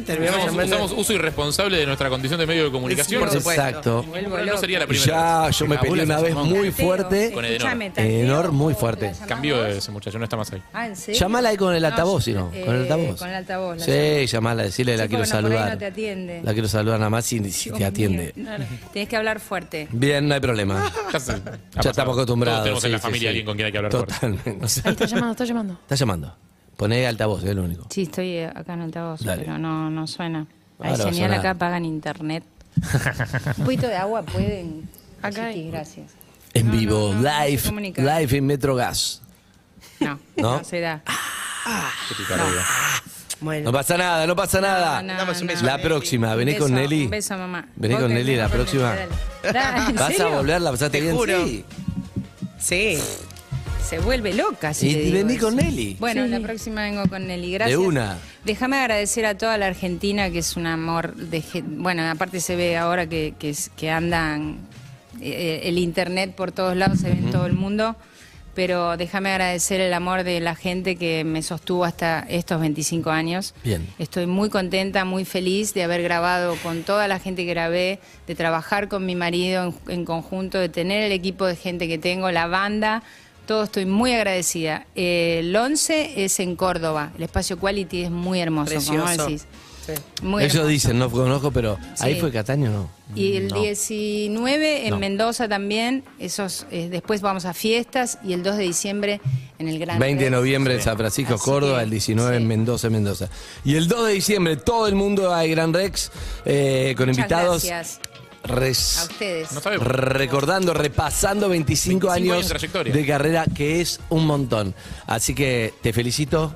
Speaker 8: Usamos, usamos uso irresponsable de nuestra condición de medio de comunicación.
Speaker 2: Por supuesto. Exacto.
Speaker 8: Pero No sería la primera.
Speaker 2: Ya, yo me peleé una vez muy fuerte.
Speaker 8: Con Edenor.
Speaker 2: Edenor, Eh, muy fuerte.
Speaker 8: Cambió ese muchacho, no está más ahí.
Speaker 4: Ah, ¿en serio?
Speaker 2: Llamala ahí con el
Speaker 4: No,
Speaker 2: altavoz, si no.
Speaker 4: eh,
Speaker 2: Con el altavoz.
Speaker 4: Con el altavoz. la llamo.
Speaker 2: Sí, llamala, decirle la
Speaker 4: Sí,
Speaker 2: quiero
Speaker 4: porque no, por ahí no
Speaker 2: saludar.
Speaker 4: te atiende.
Speaker 2: La quiero saludar nada más si, si te atiende.
Speaker 4: Claro. Tienes que hablar fuerte.
Speaker 2: Bien, no hay problema.
Speaker 4: Ah.
Speaker 2: Ya estamos acostumbrados.
Speaker 8: Todos tenemos en
Speaker 2: sí,
Speaker 8: la
Speaker 2: sí,
Speaker 8: familia
Speaker 2: sí.
Speaker 8: alguien con quien hay que hablar fuerte.
Speaker 2: Totalmente.
Speaker 7: Ahí está llamando, está llamando.
Speaker 2: Está llamando. Poné altavoz, es lo único.
Speaker 4: Sí, estoy eh, acá en altavoz,
Speaker 2: Dale.
Speaker 4: pero no, no suena.
Speaker 2: Ah,
Speaker 4: Hay
Speaker 2: no va a
Speaker 4: señal
Speaker 2: sonar.
Speaker 4: acá, pagan internet. Un poquito de agua pueden. Acá gracias.
Speaker 2: En vivo,
Speaker 4: no, no se
Speaker 2: live,
Speaker 4: comunica.
Speaker 2: live en Metrogas.
Speaker 4: No,
Speaker 2: ¿No?
Speaker 4: no, se da.
Speaker 2: No pasa nada, no pasa nada.
Speaker 4: no, Damos un no. beso.
Speaker 2: La próxima, Ah, vení
Speaker 4: Un beso,
Speaker 2: con Nelly.
Speaker 4: Un beso, mamá.
Speaker 2: Vení
Speaker 4: Vos
Speaker 2: con
Speaker 4: que
Speaker 2: Nelly
Speaker 4: venís
Speaker 2: la
Speaker 4: con
Speaker 2: próxima.
Speaker 4: Nelly, dale. Dale, ¿en
Speaker 2: ¿Vas a
Speaker 4: serio?
Speaker 2: volver? ¿La pasaste
Speaker 13: Te
Speaker 2: bien?
Speaker 13: juro.
Speaker 2: Sí.
Speaker 13: Sí.
Speaker 4: Se vuelve loca, si
Speaker 2: Y
Speaker 4: te digo
Speaker 2: vení
Speaker 4: eso.
Speaker 2: con Nelly.
Speaker 4: Bueno,
Speaker 2: Sí.
Speaker 4: la próxima vengo con Nelly. Gracias.
Speaker 2: De una.
Speaker 4: Déjame agradecer a toda la Argentina, que es un amor de gen- Bueno, aparte se ve ahora que, que, es- que andan eh, el internet por todos lados, se ve en todo el mundo. Pero déjame agradecer el amor de la gente que me sostuvo hasta estos 25 años.
Speaker 2: Bien.
Speaker 4: Estoy muy contenta, muy feliz de haber grabado con toda la gente que grabé, de trabajar con mi marido en, en conjunto, de tener el equipo de gente que tengo, la banda. Todo estoy muy agradecida. Eh, el 11 es en Córdoba. El espacio Quality es muy hermoso, como
Speaker 13: Precioso.
Speaker 4: decís.
Speaker 13: Sí.
Speaker 4: Muy
Speaker 2: Ellos
Speaker 4: hermoso.
Speaker 2: dicen, no conozco, pero ahí
Speaker 4: Sí.
Speaker 2: fue Cataño, ¿no?
Speaker 4: Y el
Speaker 2: No.
Speaker 4: 19 en
Speaker 2: No.
Speaker 4: Mendoza también. Esos, eh, después vamos a fiestas y el 2 de diciembre en el Gran
Speaker 2: 20 de
Speaker 4: Rex.
Speaker 2: noviembre en San Francisco,
Speaker 4: Así
Speaker 2: Córdoba,
Speaker 4: que,
Speaker 2: el 19 en
Speaker 4: sí.
Speaker 2: Mendoza, Mendoza. Y el 2 de diciembre todo el mundo a Gran Rex eh, con
Speaker 4: Muchas
Speaker 2: invitados.
Speaker 4: gracias
Speaker 2: res-
Speaker 4: a ustedes.
Speaker 8: No sabemos.
Speaker 2: recordando, repasando 25,
Speaker 8: 25 años de
Speaker 2: años,
Speaker 8: trayectoria.
Speaker 2: de carrera, que es un montón. Así que te felicito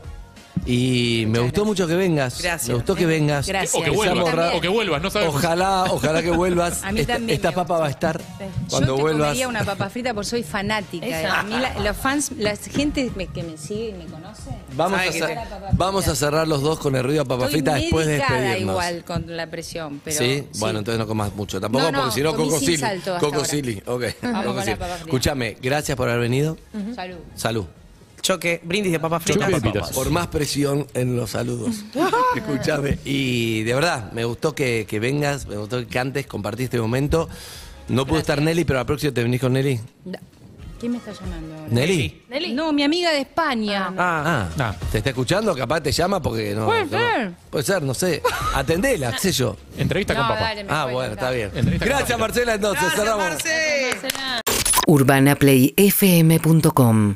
Speaker 2: y me gustó mucho que vengas.
Speaker 13: Gracias.
Speaker 2: Me gustó que vengas.
Speaker 4: Gracias.
Speaker 8: O que
Speaker 2: Estamos
Speaker 8: vuelvas.
Speaker 2: ra-
Speaker 8: O que vuelvas, no sabemos.
Speaker 2: Ojalá, ojalá que vuelvas.
Speaker 4: A mí
Speaker 2: Esta-
Speaker 4: también
Speaker 2: esta
Speaker 4: me
Speaker 2: papa va a estar cuando
Speaker 4: Yo te
Speaker 2: vuelvas.
Speaker 4: comería una papa frita porque soy fanática. eh. A mí la- los fans, la gente me- que me sigue y me conoce.
Speaker 2: Vamos a,
Speaker 13: Ay, que
Speaker 2: cer-
Speaker 13: te-
Speaker 2: vamos a cerrar los dos con el ruido a papa
Speaker 4: Estoy
Speaker 2: frita después de
Speaker 4: medicada
Speaker 2: despedirnos.
Speaker 4: igual con la presión, pero
Speaker 2: ¿Sí? bueno, entonces no comas mucho. Tampoco
Speaker 4: No, no,
Speaker 2: porque si no,
Speaker 4: comí
Speaker 2: Coco
Speaker 4: sin
Speaker 2: Silly.
Speaker 4: salto hasta
Speaker 2: Coco
Speaker 4: ahora.
Speaker 2: Silly, ok.
Speaker 4: Vamos
Speaker 2: Coco
Speaker 4: con
Speaker 2: Silly.
Speaker 4: la papa frita. Mm.
Speaker 2: Escuchame, gracias por haber venido.
Speaker 4: salud.
Speaker 2: Salud.
Speaker 13: Choque, brindis de papas
Speaker 8: Choque
Speaker 13: fritas.
Speaker 8: de papas.
Speaker 2: Por más presión en los saludos. Escuchame. Y de verdad, me gustó que, que vengas, me gustó que cantes, compartí este momento. No pudo estar Nelly, pero la próxima te venís con Nelly.
Speaker 4: Da- ¿Quién me está llamando ahora?
Speaker 2: ¿Nelly?
Speaker 7: Nelly.
Speaker 4: No, mi amiga de España.
Speaker 2: Ah,
Speaker 5: Ah.
Speaker 2: ¿te está escuchando? Capaz te llama porque no.
Speaker 4: Puede
Speaker 2: no-
Speaker 4: ser.
Speaker 2: Puede ser, no sé. Atendela, qué sé yo.
Speaker 8: Entrevista
Speaker 4: No,
Speaker 8: con papá.
Speaker 4: dale, me
Speaker 2: Ah,
Speaker 4: cuelgo,
Speaker 2: bueno, está
Speaker 4: dale.
Speaker 2: bien.
Speaker 8: Entrevista con
Speaker 2: Gracias, Marcela, entonces.
Speaker 13: Gracias,
Speaker 2: Cerramos.
Speaker 13: Marce.
Speaker 3: UrbanaPlayFM.com